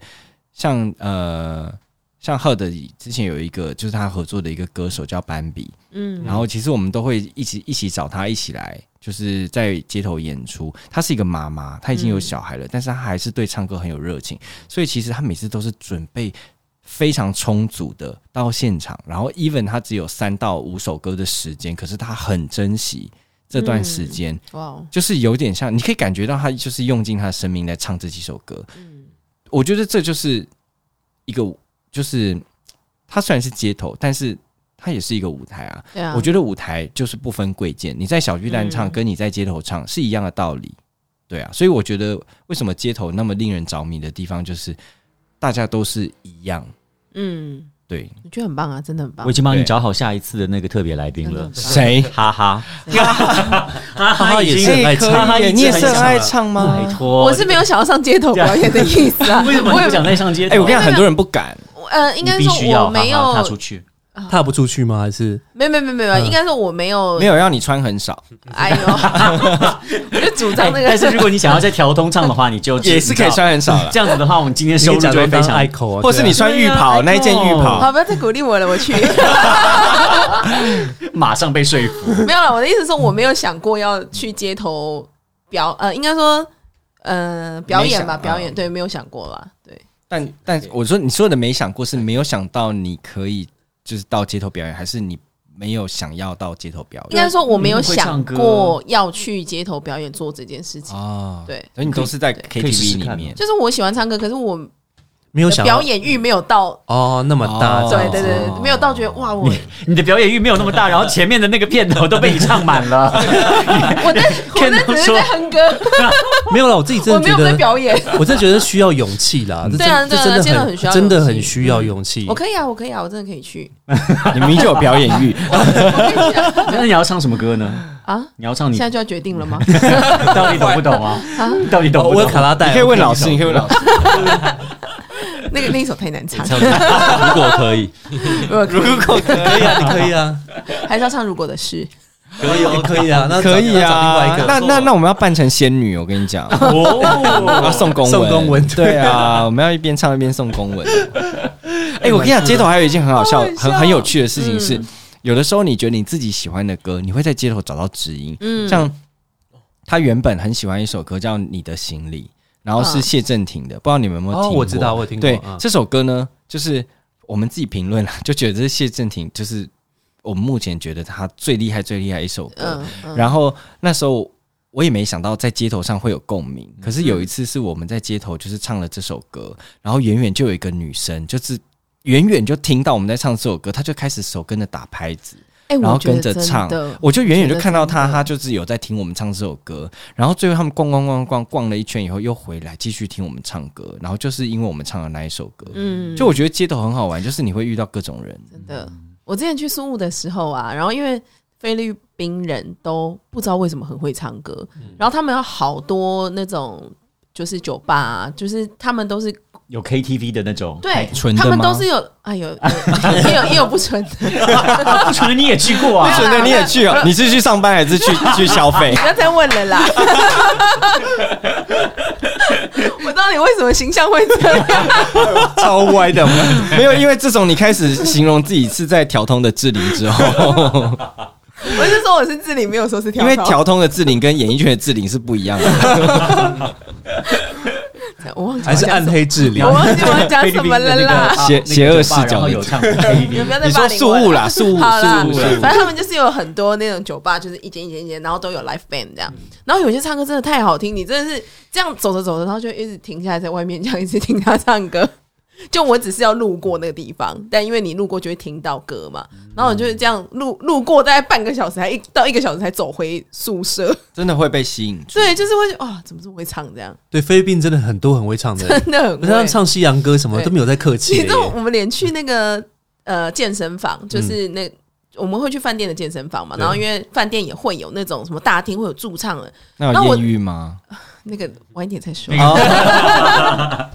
S4: 像呃像赫德之前有一个，就是他合作的一个歌手叫斑比，
S3: 嗯
S4: 然后其实我们都会一起一起找他一起来，就是在街头演出。她是一个妈妈，她已经有小孩了，但是她还是对唱歌很有热情，所以其实她每次都是准备非常充足的到现场，然后 even 她只有三到五首歌的时间，可是她很珍惜这段时间，
S3: 哇哦，
S4: 就是有点像你可以感觉到她就是用尽她的生命来唱这几首歌。
S3: 嗯
S4: 我觉得这就是一个，就是她虽然是街头，但是她也是一个舞台啊。
S3: 对啊，
S4: 我觉得舞台就是不分贵贱，你在小巨蛋唱
S3: 嗯
S4: 跟你在街头唱是一样的道理，对啊，所以我觉得为什么街头那么令人着迷的地方，就是大家都是一样，
S3: 嗯，
S4: 对，
S3: 我觉得很棒啊，真的很棒
S2: 我已。经帮你
S4: 对
S2: 找好下一次的那个特别来宾了，
S4: 谁？
S2: 哈 哈，哈哎
S1: 哈也是很爱唱
S2: 哈哈
S4: 你也是很爱
S2: 唱。
S4: 唱吗？
S2: 拜托，，
S3: 我是没有想要上街头表演的意思啊
S2: 为什么
S3: 我
S2: 你
S3: 也
S2: 不想再上街头？
S4: 哎、我跟你讲，很多人不敢，
S3: 呃，应
S2: 你
S3: 该
S2: 必须
S3: 说
S2: 要
S3: 我没
S2: 哈哈
S3: 有
S2: 踏，出嗯去。
S1: 踏不出去吗？还是
S3: 没没没没没，应该说我没有
S4: 没，有让你穿很少，
S3: 哎 呦，我就主张那
S2: 哎但是
S3: 个
S2: 如果你想要在调通唱的话，你 就
S4: 也是可以。穿很少了，
S2: 这样子的话，我们今天收
S1: 你
S2: 入
S1: 可以假
S2: 就会
S1: 装
S2: 非
S1: 当
S2: 常
S1: 爱口啊？
S4: 或是
S1: 对啊
S4: 你穿浴
S2: 对
S4: 袍
S2: 啊
S4: 那一件浴袍
S3: 好，，不要再鼓励我了，我去。
S2: 马上被说服。
S3: 没有了，我的意思是说我没有想过要去街头表，呃，应该说呃表演
S2: 嗯
S3: 吧，
S4: 没想
S3: 表演对，没有想过啦，对，
S4: 但但我说你说的没想过是没有想到你可以就是到街头表演，还是你没有想要到街头表
S3: 应
S4: 演？
S3: 该说我没有
S2: 你会
S3: 想
S2: 唱歌
S3: 过要去街头表演做这件事情，
S4: 哦，
S3: 对，
S4: 所以你都是在
S3: 对
S1: 可以试试
S4: KTV 里
S1: 看哦
S4: 面。
S3: 就是我喜欢唱歌，可是我
S1: 没有
S3: 的
S1: 想
S3: 表
S1: 到
S3: 演欲没有到。
S1: 哦那么大
S4: 哦，
S1: 这样
S3: 对对对，对没有到觉得哇，我
S2: 哦你的表演欲没有那么大，然后前面的那个片头都被你唱满了。
S3: 我在我在只是在哼歌，
S1: 没有了。我自己真
S3: 我
S1: 的
S3: 没
S1: 觉
S3: 有在
S1: 得，
S3: 表演。
S1: 我真的觉得需要勇气啦。这
S3: 对啊
S1: 真这
S3: 对啊
S1: 真
S3: 街头
S1: 的
S3: 很需要
S1: 真的
S3: 勇气
S1: 很需要勇气
S3: 我。可以啊，我可以啊，我真的可以去。
S4: 你明明就 有表演欲，
S2: 那你要唱什么歌呢？
S3: 啊，
S2: 你要唱你
S3: 现在就要决定了 吗？
S2: 到底懂不懂啊？你到底懂
S1: 哦
S2: 不
S1: 我有
S2: 懂？
S1: 卡拉带，
S4: 你可以问老师，你可以问老师。
S3: 那个那一首太难唱，
S5: 如果可以，
S3: 如果
S1: 我可以啊，你可以啊，
S3: 还是要唱《如果的事
S1: 可以哦，可以啊，那找
S4: 可以
S1: 那找另外
S4: 啊
S1: 一， 个
S4: 那那那我们要扮成仙女，我跟 你讲，要
S2: 哦，
S4: 送公文，
S1: 送公文对
S4: 对啊，我们要一 边唱一边送公文。哎，我跟你讲，街头还有一件很好笑
S1: 哦
S3: 好好、笑
S1: 嗯
S4: 很很有趣的事情是，有的时候你觉得你自己喜欢的歌，你会在街头找到知音。
S3: 嗯，
S4: 像他原本很喜欢一首歌叫《你的行李》，然后是
S3: 嗯
S4: 谢震廷的，不知道你们有没有听
S1: 哦，
S4: 过？
S1: 我知道，我有听过。
S4: 对，
S1: 啊
S4: 这首歌呢，就是我们自己评论了，就觉得这是谢震廷就是我们目前觉得他最厉害、最厉害一首歌。
S3: 嗯，嗯
S4: 然后那时候我也没想到在街头上会有共鸣，
S3: 嗯
S4: 可是有一次是我们在街头就是唱了这首歌，然后远远就有一个女生，就是远远就听到我们在唱这首歌，她就开始手跟着打拍子，
S3: 哎，
S4: 然后
S3: 我觉得
S4: 跟着
S3: 真
S4: 唱
S3: 的
S4: 我就远远就
S3: 觉得
S4: 看到她，
S3: 真的
S4: 她就是有在听我们唱这首歌，然后最后他们逛逛逛逛逛了一圈以后又回来继续听我们唱歌，然后就是因为我们唱的那一首歌，
S3: 嗯，
S4: 就我觉得街头很好玩，就是你会遇到各种人，
S3: 真的，我之前去苏雾的时候啊，然后因为菲律宾人都不知道为什么很会唱歌，
S4: 嗯
S3: 然后他们有好多那种就是酒吧、啊，就是他们都是
S2: 有 KTV 的那种，
S3: 对
S4: 纯的
S3: 他们
S4: 吗
S3: 都是有哎呦，有 也有也有不纯的，
S2: 不纯的你也去过啊
S4: 不？存的你也去 啊？你是去上班还是去 去消费？
S3: 不要再问了 啦。我到底为什么形象会这样？
S4: 超歪的， 没有，因为自从你开始形容自己是在调通的志玲之后，
S3: 我是说我是自里没有说是
S4: 因
S3: 跳
S4: 为
S3: 槽
S4: 调通的志玲跟演艺圈的志玲是不一样 的，
S3: 我忘记
S1: 还是暗黑治理
S3: 我。忘记我要讲
S2: 菲律
S3: 什
S2: 宾
S3: 么
S2: 的那
S3: 了
S2: 个
S3: 啦。
S2: 啊
S4: 邪
S2: 那个
S4: 邪恶
S2: 酒吧
S4: 视角
S2: 然后
S4: 的
S2: 有唱 KTV，
S3: 你们不要再
S4: 你说
S3: 霸凌
S4: 宿
S3: 我
S4: 务
S3: 了
S4: 啦宿务
S3: 好啦
S4: 宿务
S3: 对
S4: 宿务
S3: 反正他们就是有很多那种酒吧，就是一间一间一间，然后都有 live band 这样。然后有些唱歌真的太好听，你真的是这样走着走着，然后就一直停下来在外面这样一直听他唱歌。 就我只是要路过那个地方，但因为你路过就会听到歌嘛，
S4: 嗯
S3: 然后我就是这样路路过大概半个小时，还一到一个小时才走回宿舍。
S4: 真的会被吸引住。
S3: 对，就是会觉得哇，怎么这么会唱这样，
S1: 对，菲律宾真的很多很会唱的人，
S3: 真的很
S1: 不是他
S3: 会
S1: 们。唱西洋歌什么
S3: 对
S1: 都没有在客气
S3: 你
S1: 耶。
S3: 知道，我们连去那个呃健身
S4: 嗯
S3: 房，就是那、我们会去饭店的健身房嘛，
S1: 对
S3: 然后因为饭店也会有那种什么大厅会有驻唱的，
S4: 那
S3: 那
S4: 有
S3: 我
S4: 艳 遇吗？
S3: 那个晚一点再
S4: 哎
S3: 说。
S4: 哦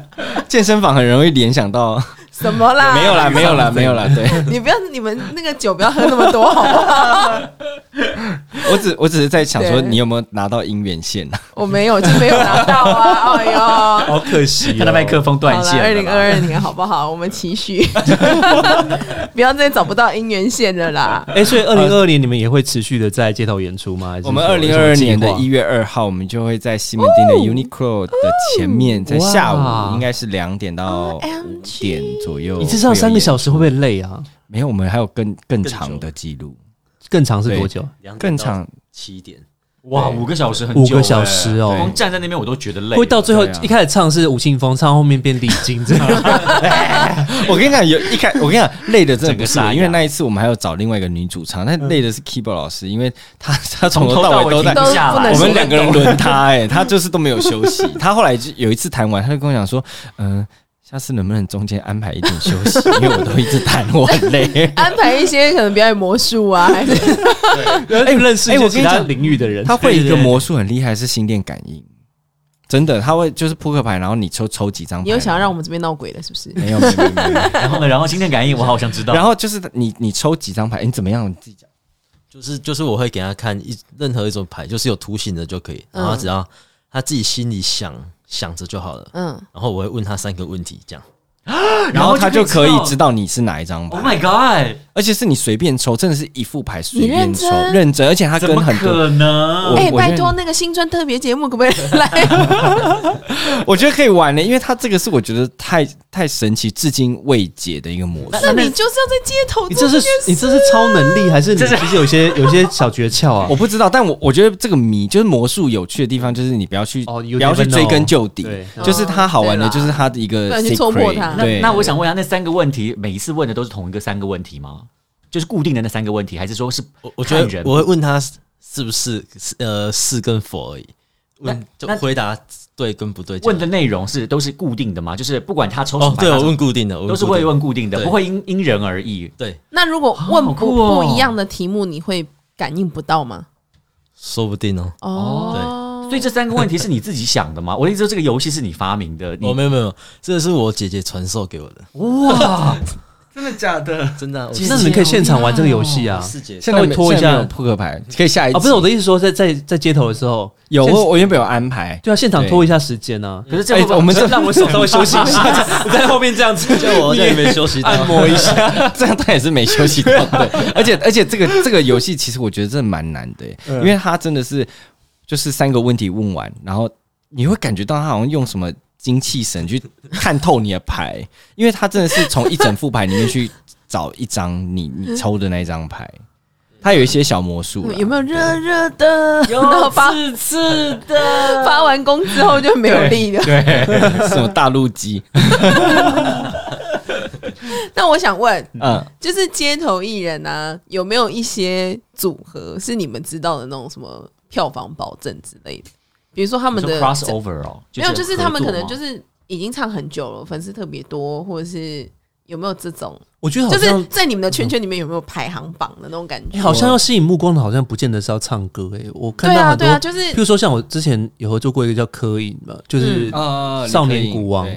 S4: 健身房很容易联想到，
S3: 什么啦？
S4: 没有啦，没有啦，没有啦。对
S3: 你不要你们那个酒不要喝那么多，好不好？
S4: 我只我只是在想说，
S3: 对
S4: 你有没有拿到姻缘线啊？
S3: 我没有就没有拿到啊，哎呦。好
S1: 好可惜哦，
S2: 他的麦克风断
S3: 了，
S2: 线
S3: 二
S2: 了
S3: 零
S2: 吧。
S3: 二二年好不好？我们期 许，不要再找不到姻缘线了啦。
S1: 哎、所以二零二二年你们也会持续的在街头演出吗？还是
S4: 呃我们
S1: 说
S4: 二
S1: 有
S4: 零
S1: 什么
S4: 二二
S1: 计
S4: 年的
S1: 划
S4: 一月二号，我们就会在西门町的 Uniqlo 的前面，在下
S1: 哇哦
S4: 午应该是两点到五
S3: OMG
S4: 点左右。
S1: 你至少三个小
S4: 时？
S1: 时会不会累啊？
S4: 没有，我们还有更更长
S5: 久
S4: 的记录，
S1: 更长是多久？
S4: 更长
S5: 七点，
S2: 哇，五个小时很久
S1: 五
S2: 欸，
S1: 个小时哦、
S4: 对
S2: 光站在那边我都觉得累。
S1: 会到最后
S4: 对啊
S1: 一开始唱是吴青峰，唱到后面变李菁 这样。哎
S4: 我跟你讲，有一开，我跟你讲，累的真的不
S2: 整个
S4: 是
S2: 沙哑，
S4: 因为那一次我们还有找另外一个女主唱，但累的是 keyboard 老师，因为她她从
S2: 从头
S4: 头到
S2: 到
S4: 尾
S2: 尾
S4: 都在
S2: 停不下
S3: 都在
S2: 来，
S4: 我们两个人轮他、欸，哎，他就是都没有休息。他后来就有一次弹完，他就跟我讲说，嗯、下次能不能中间安排一点休息，因为我都一直弹，我很 累。
S3: 安排一些可能表演魔术啊，还是
S1: 哎、认识一
S4: 哎我
S1: 些
S4: 跟
S1: 其
S4: 你
S1: 他
S4: 讲
S1: 领域的人，
S4: 他会一
S1: 对
S4: 个
S1: 对对
S4: 魔术很厉害，是心电感应，真的，他会就是扑克牌，然后你抽抽几张牌，
S3: 你又想要让我们这边闹鬼了，是不是？
S4: 没有没有没有没有，没
S2: 然后呢，然后心电感应，我好想知道。
S4: 有然后就是你你抽几张牌，你怎么样？你自己讲。
S5: 就是就是我会给他看一任何一种牌，就是有图形的就可以，然后他
S2: 嗯
S5: 只要他自己心里想想着就好了。
S3: 嗯，
S5: 然后我会问他三个问题，这样
S4: 然后他就可以知
S2: 道。哦
S4: 道你是哪一张牌
S2: Oh，my god！
S4: 而且是你随便抽，真的是一副牌随便抽
S3: 你，认真
S4: 认真，而且他
S2: 怎
S4: 跟
S2: 么
S4: 很多，
S2: 可能？
S4: 我
S3: 哎、
S4: 觉得
S3: 拜托那个新春特别节目可不可以来？
S4: 我觉得可以玩的，因为他这个是我觉得太太神奇，至今未解的一个模式。
S3: 那你就是要在街头
S1: 你这
S3: 做
S1: 是
S3: 件事
S1: 你这是超能力，还是你其实有些有些小诀窍啊
S4: 我？不知道，但我我觉得这个谜就是魔术有趣的地方，就是你不要去、
S1: 哦，
S4: 不要去追根究底，
S1: 对
S4: 就是它好玩的，
S3: 哦对啦
S4: 就是它的一个
S3: 不然
S4: secret,
S3: 去戳破它
S2: 啊那
S4: 对，
S2: 那我想问一下，那三个问题，每一次问的都是同一个三个问题吗？就是固定的那三个问题，还是说是
S5: 我我觉
S2: 看
S5: 得
S2: 人
S5: 我会问他是是不是是呃是跟否而已，问就
S2: 那
S5: 回答对跟不对这样。
S2: 问的内容是都是固定的吗？就是不管他抽什
S5: 哦
S2: 么，牌，
S5: 对
S2: 他
S5: 我
S2: 抽
S5: 问固定的，我
S2: 都是
S5: 固定
S2: 会
S5: 的
S2: 问固定的，
S5: 对
S2: 不会因因人而异。
S5: 对，
S3: 那如果问
S2: 好
S3: 不、
S2: 酷哦
S3: 不一样的题目，你会感应不到吗？
S5: 说不定哦。
S3: 哦，
S2: 所以这三个问题是你自己想的吗？ 我的意思，这
S5: 哦
S2: 个游戏是你发明的，你
S5: 我没有没有，这是我姐姐传授给我的。
S2: 哇，
S6: 真的假的？
S5: 真的啊，我
S1: 那你们可以现场玩这个
S2: 哦
S1: 游戏啊。
S5: 四节
S4: 现在
S1: 稍微拖一下
S4: 现在没有扑克牌，可以下一
S1: 啊，
S4: 集
S1: 不是我的意思说在，在在街头的时候，
S4: 有
S1: 现
S4: 我我原本有安排，
S1: 对啊，现场
S4: 对
S1: 拖一下时间呢、
S2: 可是这样会不会
S4: 哎我们
S1: 啊，让我手稍微休息一 下，在后面这样子
S5: 叫我在里面休息 到
S1: 按摩一下。
S4: 这样他也是没休息到的。而且而且这个这个游戏其实我觉得真的蛮难的耶，
S1: 嗯
S4: 因为他真的是就是三个问题问完，然后你会感觉到他好像用什么精气神去看透你的牌，因为他真的是从一整副牌里面去找一张你你
S1: 嗯
S4: 抽的那一张牌。他有一些小魔术啦，啊
S3: 有没有热热的？然后发
S2: 刺 刺的，
S3: 发完工之后就没有力啊了。
S4: 对 什么大陆机？
S3: 那我想问，
S4: 嗯，
S3: 就是街头艺人啊，有没有一些组合是你们知道的那种什么票房保证之类的？比如说他
S2: 他
S3: 们的
S2: cross over 哦，
S3: 没有，就是他们可能就是是已经唱很久了，粉丝特别多，或者是有没有这种，
S1: 我觉得好
S3: 就
S1: 像、
S3: 是在你们的
S4: 嗯
S3: 圈圈里面有没有排行榜的那种感
S1: 哎
S3: 觉？
S1: 好像要吸引目光的，好像不见得是要唱歌诶、我看
S3: 对
S1: 到
S3: 啊，
S1: 很多，
S3: 对啊，就是
S1: 譬如说像我之前有合作过一个叫柯颖嘛，就是、
S4: 呃
S1: 少年古王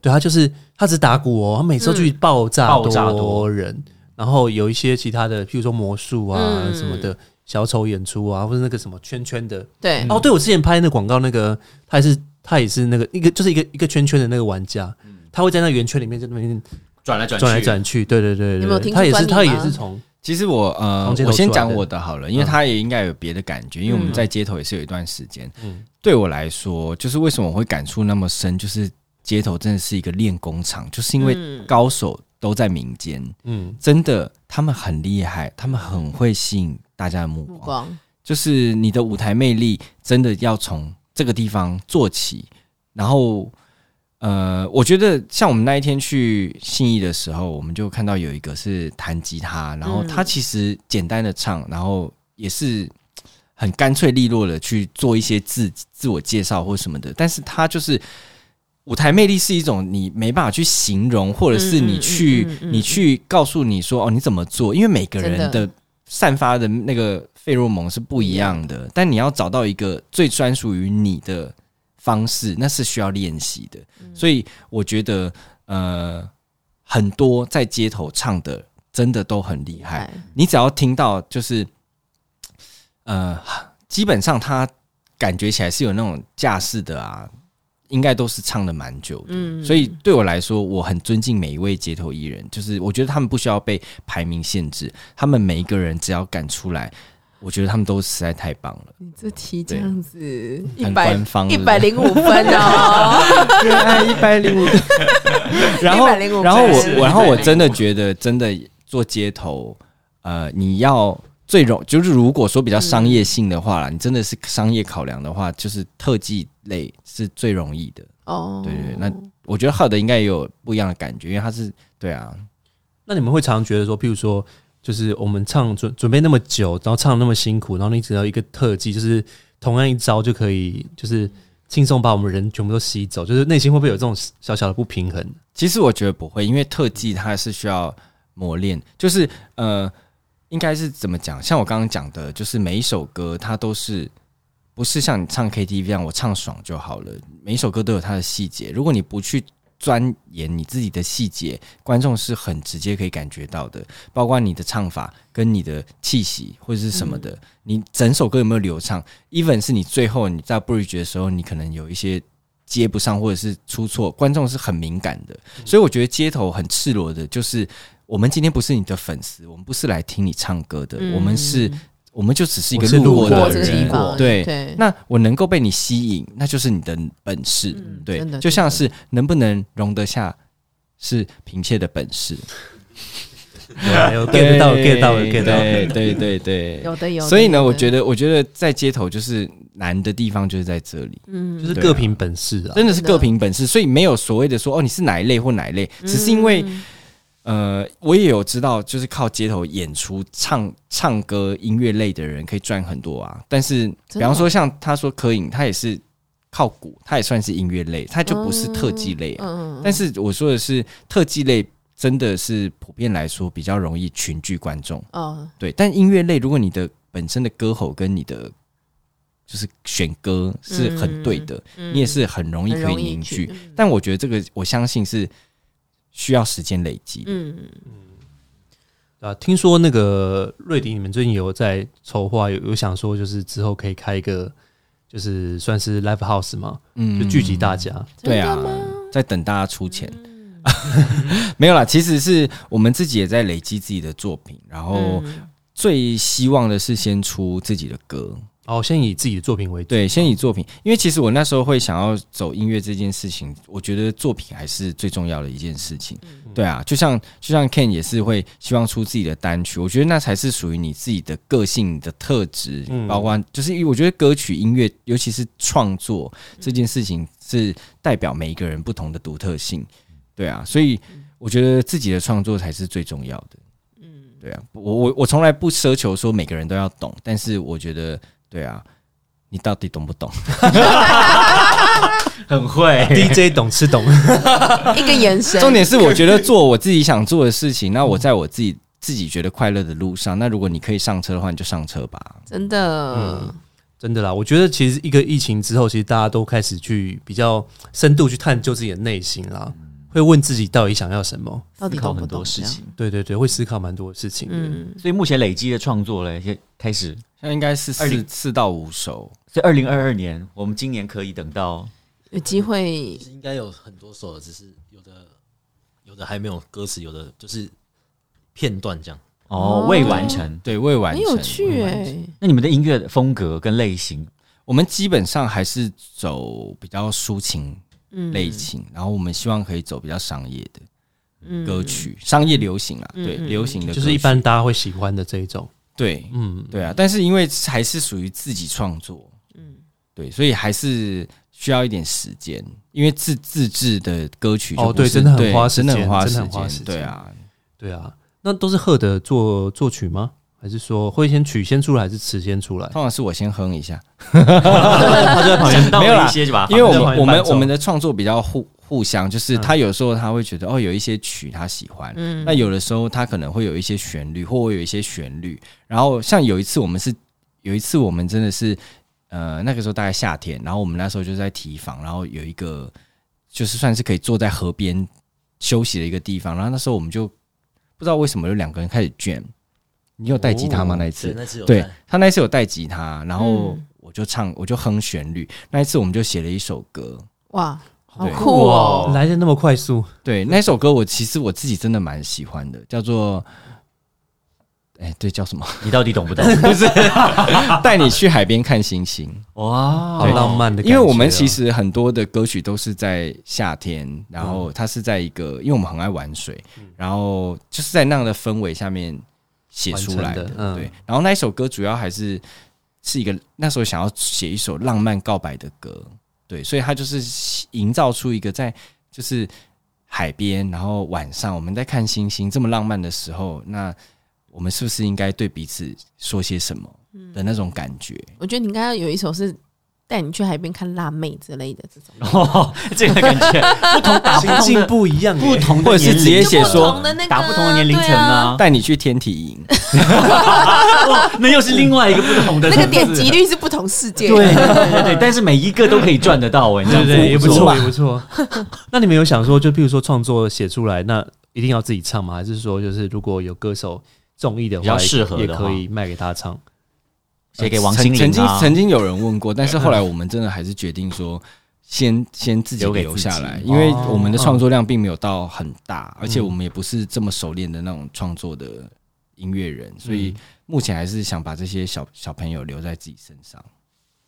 S1: 对他就是他只打鼓哦，他每次都去
S3: 嗯
S1: 爆炸
S2: 爆炸多
S1: 人，然后有一些其他的，譬如说魔术啊、
S3: 嗯
S1: 什么的。小丑演出啊，或者那个什么圈圈的
S3: 对，
S1: 哦，对我之前拍那广告，那个他也是他也是那个一个就是一个一个圈圈的那个玩家，
S3: 嗯
S1: 他会在那个圆圈里面就那边
S2: 转来转
S1: 转来转去，对对对
S3: 你们有
S1: 对对，
S3: 听
S1: 他也
S3: 出
S1: 是
S3: 端
S1: 他
S3: 倪
S1: 也
S3: 吗
S1: 是从
S4: 其实我呃
S1: 从街，头
S4: 我先
S1: 出来的
S4: 讲我的好了，因为他也应该有别的感觉，因为我们在街头也是有一段时间。
S1: 嗯
S4: 对我来说，就是为什么我会感触那么深，就是街头真的是一个练功场，就是因为
S3: 嗯
S4: 高手都在民间，
S1: 嗯
S4: 真的他们很厉害，他们很会吸引大家的目
S3: 目
S4: 光。
S3: 光
S4: 就是你的舞台魅力真的要从这个地方做起。然后，呃，我觉得像我们那一天去信义的时候，我们就看到有一个是弹吉他，然后
S3: 嗯
S4: 他其实简单的唱，然后也是很干脆利落的去做一些自自我介绍或什么的，但是他就是。舞台魅力是一种你没办法去形容，或者是
S3: 嗯嗯
S4: 你
S3: 嗯
S4: 去、
S3: 嗯嗯
S4: 你去告诉你说哦你怎么做，因为每个人
S3: 真的
S4: 的散发的那个费洛蒙是不一样的，但你要找到一个最专属于你的方式，那是需要练习的。
S3: 嗯
S4: 所以我觉得，呃，很多在街头唱的真的都很厉害。
S3: 哎
S4: 你只要听到，就是，呃，基本上他感觉起来是有那种架势的啊，应该都是唱的蛮久的。
S3: 嗯
S4: 所以对我来说，我很尊敬每一位街头艺人，就是我觉得他们不需要被排名限制，他们每一个人只要敢出来，我觉得他们都实在太棒了，
S3: 你这题这样子一
S4: 很
S3: 百
S4: 官方
S3: 一
S4: 对不
S3: 百
S4: 对
S3: 零五分 哦，
S4: 一百零五。 然后，
S3: 105
S4: 然后
S3: 是
S4: 我，然后我真的觉得，真的做街头，呃，你要最容，就是如果说比较商业性的话啦，你真的是商业考量的话，就是特技类是最容易的。
S3: 哦，
S4: 对对对，那我觉得浩德应该也有不一样的感觉，因为他是对啊，
S1: 那你们会常常觉得说，譬如说，就是我们唱准准备那么久，然后唱那么辛苦，然后你只要一个特技，就是同样一招就可以，就是轻松把我们人全部都吸走，就是内心会不会有这种小小的不 平衡？
S4: 其实我觉得不会，因为特技它是需要磨练，就是呃，应该是怎么讲？像我刚刚讲的，就是每一首歌它都是不是像你唱 KTV 一样，我唱爽就好了。每一首歌都有它的细节，如果你不去钻研你自己的细节，观众是很直接可以感觉到的，包括你的唱法跟你的气息或者是什么的，你整首歌有没有流畅？even 是你最后你在 bridge 的时候，你可能有一些接不上或者是出错，观众是很敏感的。所以我觉得街头很赤裸的，就是我们今天不是你的粉丝，我们不是来听你唱歌的，
S3: 嗯
S4: 我们是。我们就只是一个
S1: 我是路
S4: 过
S1: 过
S4: 的
S3: 这个
S4: 人，
S3: 地方，
S4: 对，
S3: 对，
S4: 那我能够被你吸引，那就是你的本事。
S3: 嗯
S4: 对
S3: 真的，
S4: 就像是能不能容得下，是嫔妾的本事。
S1: 有啊有 get 到有，get 到有，get 到。
S4: 对对对对。
S3: 有的有的。
S4: 所以呢，我觉
S3: 得
S4: 得，我觉得在街头就是难的地方就是在这里，
S3: 嗯
S1: 就是各凭本事啊，
S4: 真的是
S3: 真的
S4: 各凭本事，所以没有所谓的说哦你是哪一类或哪一类，
S3: 嗯
S4: 只是因为呃，我也有知道，就是靠街头演出、唱唱歌、音乐类的人可以赚很多啊。但是，
S3: 真的
S4: 比方说像他说柯颖，他也是靠鼓，他也算是音乐类，他就不是特技类啊。
S3: 嗯，
S4: 但是我说的是特技类，真的是普遍来说比较容易群聚观众。
S3: 哦，
S4: 对，但音乐类，如果你的本身的歌喉跟你的就是选歌是很对的，
S3: 嗯
S4: 你也是很容易
S3: 很
S4: 可
S3: 容
S4: 以
S1: 嗯
S3: 易
S4: 凝
S3: 去
S4: 聚。但我觉得这个，我相信是需要时间累积。
S3: 嗯，
S1: 啊，听说那个瑞迪，你们最近有在筹划，有有想说，就是之后可以开一个，就是算是 live house 嘛，
S4: 嗯
S1: 就聚集大家。
S4: 对啊，在等大家出钱。 没有啦，其实是我们自己也在累积自己的作品，
S3: 嗯
S4: 然后最希望的是先出自己的歌，
S1: 哦，先以自己的作品为主。
S4: 对，先以作品，因为其实我那时候会想要走音乐这件事情，我觉得作品还是最重要的一件事情。
S1: 嗯
S4: 对啊，就像就像 Ken 也是会希望出自己的单曲，我觉得那才是属于你自己的个性、你的特质，
S1: 嗯
S4: 包括就是因为我觉得歌曲音乐，尤其是创作
S1: 嗯
S4: 这件事情，是代表每一个人不同的独特性。
S1: 嗯
S4: 对啊，所以我觉得自己的创作才是最重要的。嗯，对啊，我我我从来不奢求说每个人都要懂，但是我觉得，对啊。你到底懂不懂？
S2: 很会
S1: DJ 懂吃懂，
S3: 一个眼神，
S4: 重点是，我觉得做我自己想做的事情，那我在我自己自己觉得快乐的路上，那如果你可以上车的话，你就上车吧。
S3: 真的，
S4: 嗯
S1: 真的啦。我觉得其实一个疫情之后，其实大家都开始去比较深度去探究自己的内心啦，会问自己到底想要什么。
S3: 到底
S2: 考
S3: 懂不
S2: 很多
S3: 懂
S2: 事
S3: 这样？
S2: 情。
S1: 对对对，会思考蛮多的事情的。
S3: 嗯，
S2: 所以目前累积的创作嘞，也开始。
S4: 那应该是四
S2: 20
S4: 四到五首，
S2: 所以二零二二年，我们今年可以等到
S3: 有机会
S5: 其实应该有很多首，只是有的有的还没有歌词，有的就是片段这样。
S2: 哦未完成。
S4: 对，未完
S3: 很
S4: 成。
S3: 有趣哎、
S2: 那你们的音乐风格跟类型，
S4: 我们基本上还是走比较抒情
S3: 嗯
S4: 类型，然后我们希望可以走比较商业的
S3: 嗯
S4: 歌曲，商业流行啊，
S3: 嗯
S4: 对，
S3: 嗯
S4: 流行的歌
S1: 就是一
S4: 曲
S1: 般大家会喜欢的这一种。
S4: 对
S1: 嗯，
S4: 对啊，但是因为还是属于自己创作，
S3: 嗯
S4: 对，所以还是需要一点时间，因为自自制的歌曲就
S1: 哦
S4: 不
S1: 对
S4: 是
S1: 真的很
S4: 对
S1: 花时间
S4: 真的很花
S1: 真的很花时
S4: 时
S1: 间
S4: 对啊，
S1: 对啊，那都是赫德作作曲吗？还是说会先曲先出来，还是词先出来？
S4: 通常是我先哼一下，
S2: 他就在旁边
S4: 没有啦
S2: 一些就把它
S4: 因为我
S1: 放在
S4: 们我
S1: 旁边
S4: 们
S1: 伴奏嗯
S4: 我们的创作比较互互相，就是他有时候他会觉得哦有一些曲他喜欢，
S3: 嗯
S4: 那有的时候他可能会有一些旋律，或我有一些旋律，然后像有一次我们是有一次我们真的是呃那个时候大概夏天，然后我们那时候就在提防，然后有一个就是算是可以坐在河边休息的一个地方，然后那时候我们就不知道为什么有两个人开始卷，你有带吉他吗？
S1: 哦
S4: 那一
S5: 对，
S4: 次？
S5: 那次有
S4: 对
S5: 在
S4: 他那一次有带吉他，然后
S3: 嗯
S4: 我就唱，我就哼旋律。那一次我们就写了一首歌，
S3: 哇，好
S4: 对
S3: 酷哦！
S1: 来的那么快速，
S4: 对，那首歌我其实我自己真的蛮喜欢的，叫做，哎、对，叫什么？
S2: 你到底懂 不懂？
S4: 不是带你去海边看星星，
S2: 哇，
S1: 好浪漫的感
S4: 因
S1: 觉哦、
S4: 为我们其实很多的歌曲都是在夏天，然后它是在一个，因为我们很爱玩水，
S1: 嗯
S4: 然后就是在那样的氛围下面写出来的
S1: 完成的，嗯
S4: 对。然后那一首歌主要还是是一个那时候想要写一首浪漫告白的歌，对，所以它就是营造出一个在就是海边，然后晚上我们在看星星这么浪漫的时候，那我们是不是应该对彼此说些什么的那种感觉？
S3: 我觉得你应该要有一首是带你去海边看辣妹之类的这种，
S2: 哦，这个感觉不同打不
S1: 情
S2: 同
S1: 境
S2: 的
S1: 不一样耶、
S2: 不同的
S4: 或者是
S2: 年龄
S4: 直接写
S3: 就不
S4: 说
S3: 同的那个
S2: 打不同的年龄层啊，
S4: 带你去天体营，
S2: 哇，那又是另外一个不同的
S3: 啊 那
S2: 层
S3: 个
S2: 次
S3: 点击率是不同世界。
S2: 对对对对对，但是每一个都可以赚得到哎，你这
S1: 对
S2: 样
S1: 对，也不
S2: 做
S1: 错，也不 错。那你们有想说，就譬如说创作写出来，那一定要自己唱吗？还是说，就是如果有歌手中意的
S5: 比
S1: 话，
S5: 较适合的
S1: 也
S5: 话
S1: 可以卖给他唱？
S2: 写给王
S4: 呃曾
S2: 心凌啊嗯
S4: 曾经曾经有人问过，但是后来我们真的还是决定说，先先自己
S2: 留给
S4: 留
S2: 自
S4: 下
S2: 己
S4: 来
S2: 哦，
S4: 因为我们的创作量并没有到很大，而且我们也不是这么熟练的那种创作的音乐人，所
S2: 嗯
S4: 以目前还是想把这些小小朋友留在自己身上。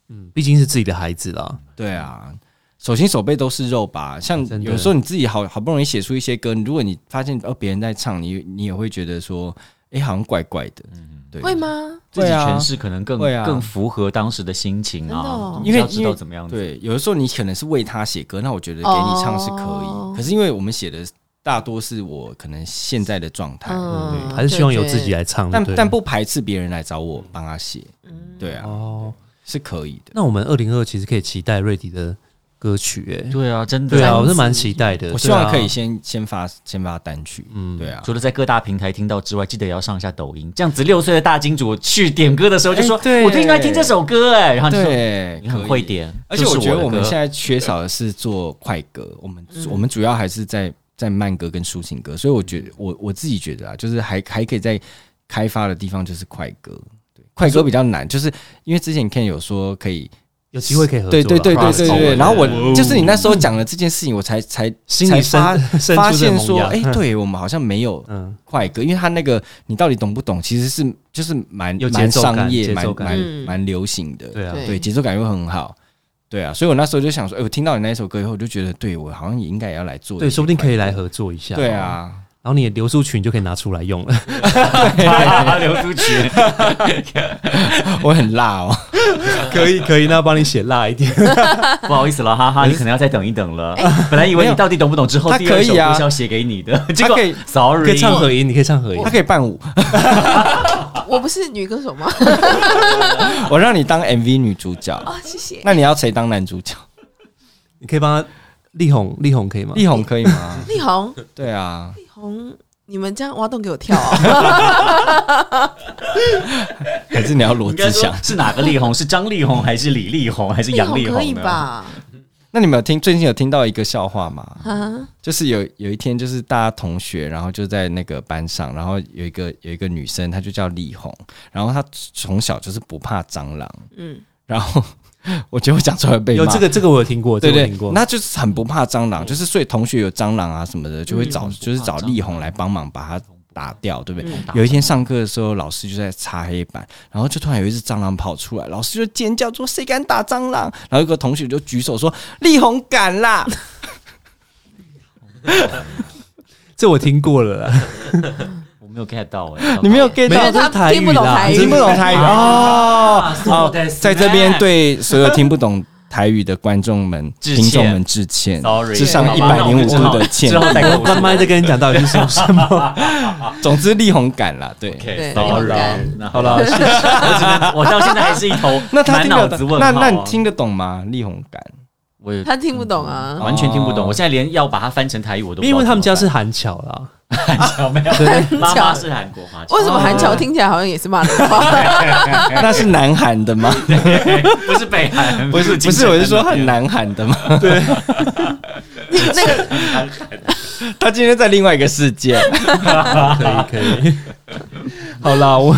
S1: 嗯，毕竟是自己的孩子啦。
S2: 嗯
S4: 对啊。手心手背都是肉吧，像
S2: 啊
S1: 真的
S4: 有时候你自己好好不容易写出一些歌，如果你发现哦别人在唱，你你也会觉得说，哎、好像怪怪的，对，
S3: 会吗？
S2: 嗯自己
S4: 对啊
S2: 诠释可能更
S4: 会啊
S2: 更符合当时的心情
S3: 真的
S2: 啊
S3: 哦，
S2: 你
S4: 因为
S2: 要知
S4: 因
S2: 道
S4: 为
S2: 怎么样子。
S4: 对，有的时候你可能是为他写歌，那我觉得给你唱是可以。
S3: 哦
S4: 可是因为我们写的大多是我可能现在的状态，
S3: 嗯，
S1: 还是希望由自己啊来唱，
S4: 但
S1: 对
S4: 但不排斥别人来找我帮他写，对
S1: 对
S4: 啊，
S1: 哦。
S4: 是可以的。
S1: 那我们二零二其实可以期待瑞迪的歌曲、欸，
S2: 对啊，真的
S1: 对啊，我是蛮期待的。
S4: 我希望可以
S1: 对啊
S4: 先先发先发单曲，嗯，对啊。
S2: 除了在各大平台听到之外，记得也要上一下抖音。这样子，六岁的大金主去点歌的时候就说：“
S4: 哎对
S2: 我最近在听这首歌。”哎，然后你说
S4: 对，：“
S2: 你很
S4: 可以
S2: 会。点。”
S4: 而且
S2: 这
S4: 我
S2: 是
S4: 觉得
S2: 的
S4: 我们
S2: 歌
S4: 现在缺少的是做快歌，我们我们主要还是在在慢歌跟抒情歌，所以我觉得我我自己觉得啊，就是还还可以在开发的地方就是快歌，对，快歌比较
S1: 嗯
S4: 难，就是因为之前 Ken 有说可以，
S1: 有机会可以合作
S4: 对
S1: 啦，
S4: 对对对对
S5: cross
S4: 对，
S5: over
S4: 然后我
S1: 哦
S4: 就是你那时候讲了这件事情，我才才
S1: 心里
S4: 才发
S1: 生生
S4: 发
S1: 出这
S4: 现
S1: 个萌
S4: 说，
S1: 芽
S4: 哎，， 对我们好像没有
S1: 嗯，
S4: 快歌，因为他那个你到底懂不懂，其实是就是蛮
S1: 有节
S4: 蛮
S1: 奏感
S4: 商业、
S1: 节
S4: 蛮
S1: 奏感
S4: 蛮
S3: 嗯
S4: 蛮流行的，
S1: 对啊，
S3: 对
S4: 对，节奏感又很好。对啊，所以我那时候就想说，哎、我听到你那一首歌以后，我就觉得，对我好像也应该也要来做。
S1: 对，说不定可以来。合作一下，
S4: 对，啊，
S1: 然后你的流苏裙就可以拿出来用了。
S2: 流出去，
S4: 我很辣哦。
S1: 可以可以，那帮你写辣一点。
S2: 不好意思了，哈 哈，你可能要再等一等了。本来以为你到底懂不懂，之后
S4: 哎他
S2: 第二首
S4: 可以啊
S2: 歌是要写给你的，结
S4: 他
S2: 果
S4: 可以
S2: sorry，
S1: 可以唱合音，你可以唱合音
S4: 他。可以伴舞，
S3: 我不是女歌手 吗？
S4: 我让你当 MV 女主角。
S3: 啊，谢谢。
S4: 那你要谁当男主角？
S1: 你可以帮他力宏， 力宏可以吗？
S4: 力宏可以吗？
S3: 力宏，
S4: 对啊，
S3: 力宏，你们这样挖洞给我跳啊！
S4: 还是你要罗
S2: 应该
S4: 志
S2: 说
S4: 祥？
S2: 是哪个力宏？是张力宏还是李力宏还是
S3: 力
S2: 杨
S3: 宏
S2: 力宏
S3: 哎
S2: 啊
S3: 可以
S2: 呢？
S3: 吧？
S4: 那你们有听最近有听到一个笑话吗？
S3: 啊，
S4: 就是有有一天，就是大家同学，然后就在那个班上，然后有一个有一个女生，她就叫丽红，然后她从小就是不怕蟑螂，
S3: 嗯，
S4: 然后 我觉得我讲出来被骂，
S1: 有这个这个我有听过，
S4: 对
S1: 这个我
S4: 对
S1: 听过。，
S4: 那就是很不怕蟑
S2: 嗯
S4: 螂，就是所以同学有蟑螂啊什么的，就会找、
S5: 嗯
S4: 就是找
S5: 不怕蟑螂
S4: 力宏来帮忙把它打掉，对不对？
S3: 嗯
S4: 有一天上课的时候，老师就在擦黑板，然后就突然有一只蟑螂跑出来，老师就尖叫说：“谁敢打蟑螂？”然后有个同学就举手说：“力宏敢啦
S1: 这我听过了啦，
S2: 我没有 get 到哎！”，
S4: 你没有 get
S1: 没有
S4: 到
S3: 因为他
S1: 这是台语啦
S3: 听不懂台语
S4: 听不懂台语哦。
S2: 啊
S4: 好，在这边对所有听不懂台语的观众们、
S2: 致
S4: 听众
S2: 歉
S4: 们致歉，
S2: Sorry
S4: 致上一
S2: 好吧
S4: 百
S2: 那我
S4: 零五
S2: 们之
S4: 度
S2: 后
S4: 的歉
S2: 之后再
S4: 意。
S2: 跟我
S1: 关麦再跟你讲到底是什么什么。
S4: 总之，力宏敢啦，对。
S2: OK，
S3: 对力宏敢
S2: 好了，谢谢。我只能，我到现在还是一头
S4: 那他
S2: 满
S4: 听
S2: 脑
S4: 得
S2: 子
S4: 懂？
S2: 问
S4: 那
S2: 号。啊哦
S4: 那你，听得懂吗？力宏感
S2: 我也
S3: 他听不懂啊。
S2: 完全听不懂。
S4: 哦
S2: 我现在连要把它翻成台语我都不知道
S1: 因为他们家是
S2: 怎么
S1: 韩侨啦，
S2: 办没有，妈妈是韩国哦华侨，
S3: 为什么韩侨听起来好像也是骂人的话？
S4: 那是南韩的吗？
S2: 不是北韩，
S4: 不是不
S2: 金
S4: 是，
S2: 正
S4: 我
S2: 恩
S4: 是说
S2: 那边
S4: 很南韩的吗？
S3: 那个
S4: 他今天在另外一个世界。
S1: 可以可以。 好啦，我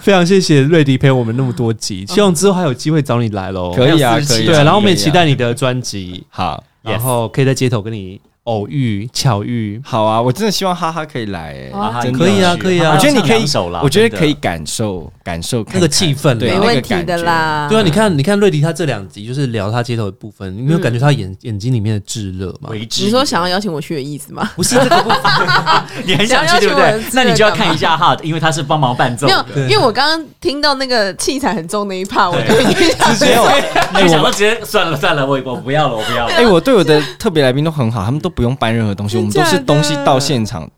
S1: 非常谢谢瑞迪陪我们那么多集，希望之后还有机会找你来喽。
S4: 可以啊
S2: 还有四十
S4: 可
S2: 集
S4: 以啊
S1: 对，然后我们也
S4: 可以啊
S1: 期待你的专辑，
S4: 好
S1: 然后可以在街头跟你偶遇、巧遇。
S4: 好啊，我真的希望哈哈可以来
S3: 好啊
S4: 欸，真的
S1: 可以啊可以啊
S4: 我觉得你可以
S2: 手啦，，
S4: 我觉得
S2: 真的
S4: 可以感受感受
S1: 那
S4: 看看
S1: 个气氛啦
S4: 对，
S3: 没
S4: 那个
S3: 问题
S4: 感
S3: 的
S4: 觉。
S3: 啦。
S1: 对啊，你看，你看瑞迪他这两集就是聊他街头的部分，你
S5: 嗯
S1: 没有感觉他眼眼睛里面的炙热吗？
S2: 为之。
S3: 你说想要邀请我去的意思吗？
S1: 不是这个部分，
S2: 你很想去对不
S3: 想要去我的
S2: 对
S3: 资？
S2: 那
S3: 源
S2: 你就要
S3: 干嘛
S2: 看一下哈，因为他是帮忙伴奏
S3: 没有
S2: 的，，
S1: 对
S3: 因为我刚刚听到那个器材很重那一趴，我就已 经想
S4: 直接我
S2: 没想到直接算了算了，我我不要了，我不要了。
S4: 哎，我对我的特别来宾都很好，他们都不用搬任何东西，我
S3: 真
S4: 们
S3: 假
S4: 都
S3: 的
S4: 是东西到现场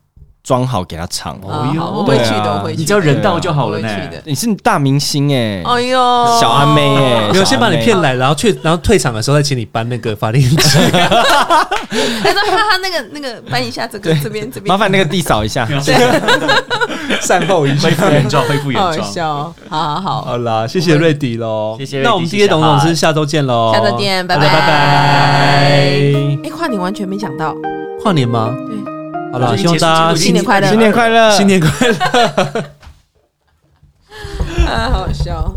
S4: 装好给他唱。
S3: 啊，好我会
S4: 对
S3: 去
S4: 啊
S3: 的，我会去的。
S2: 你只要人到就好了
S3: 我会
S2: 呢。
S3: 去的。
S4: 你是大明星哎，
S3: 哎呦，
S4: 小阿妹哎，
S1: 没有先把你
S4: 小阿妹
S1: 骗来，然后去，然后退场的时候再请你搬那个发电机。
S3: 他说哈哎哈，那个那个搬一下这个这边这边，
S4: 麻烦那个地扫一下，
S1: 善后 一下
S2: 恢复原状，恢复原
S3: 好好
S2: 状。
S3: 笑哦，好好好，
S1: 好啦，谢谢瑞迪喽，
S2: 谢谢瑞迪
S1: 那我们今天董总是下周见喽，
S4: 哦
S3: 下周见，拜
S1: 好的拜拜。
S3: 哎，跨年完全没想到，
S1: 跨年吗？
S3: 对，
S1: 好啦，
S2: 已
S1: 希望
S2: 经结束
S1: 大家
S2: 进入
S3: 新年快乐
S4: 新年快乐，
S1: 新年快乐。
S3: 啊，好好笑。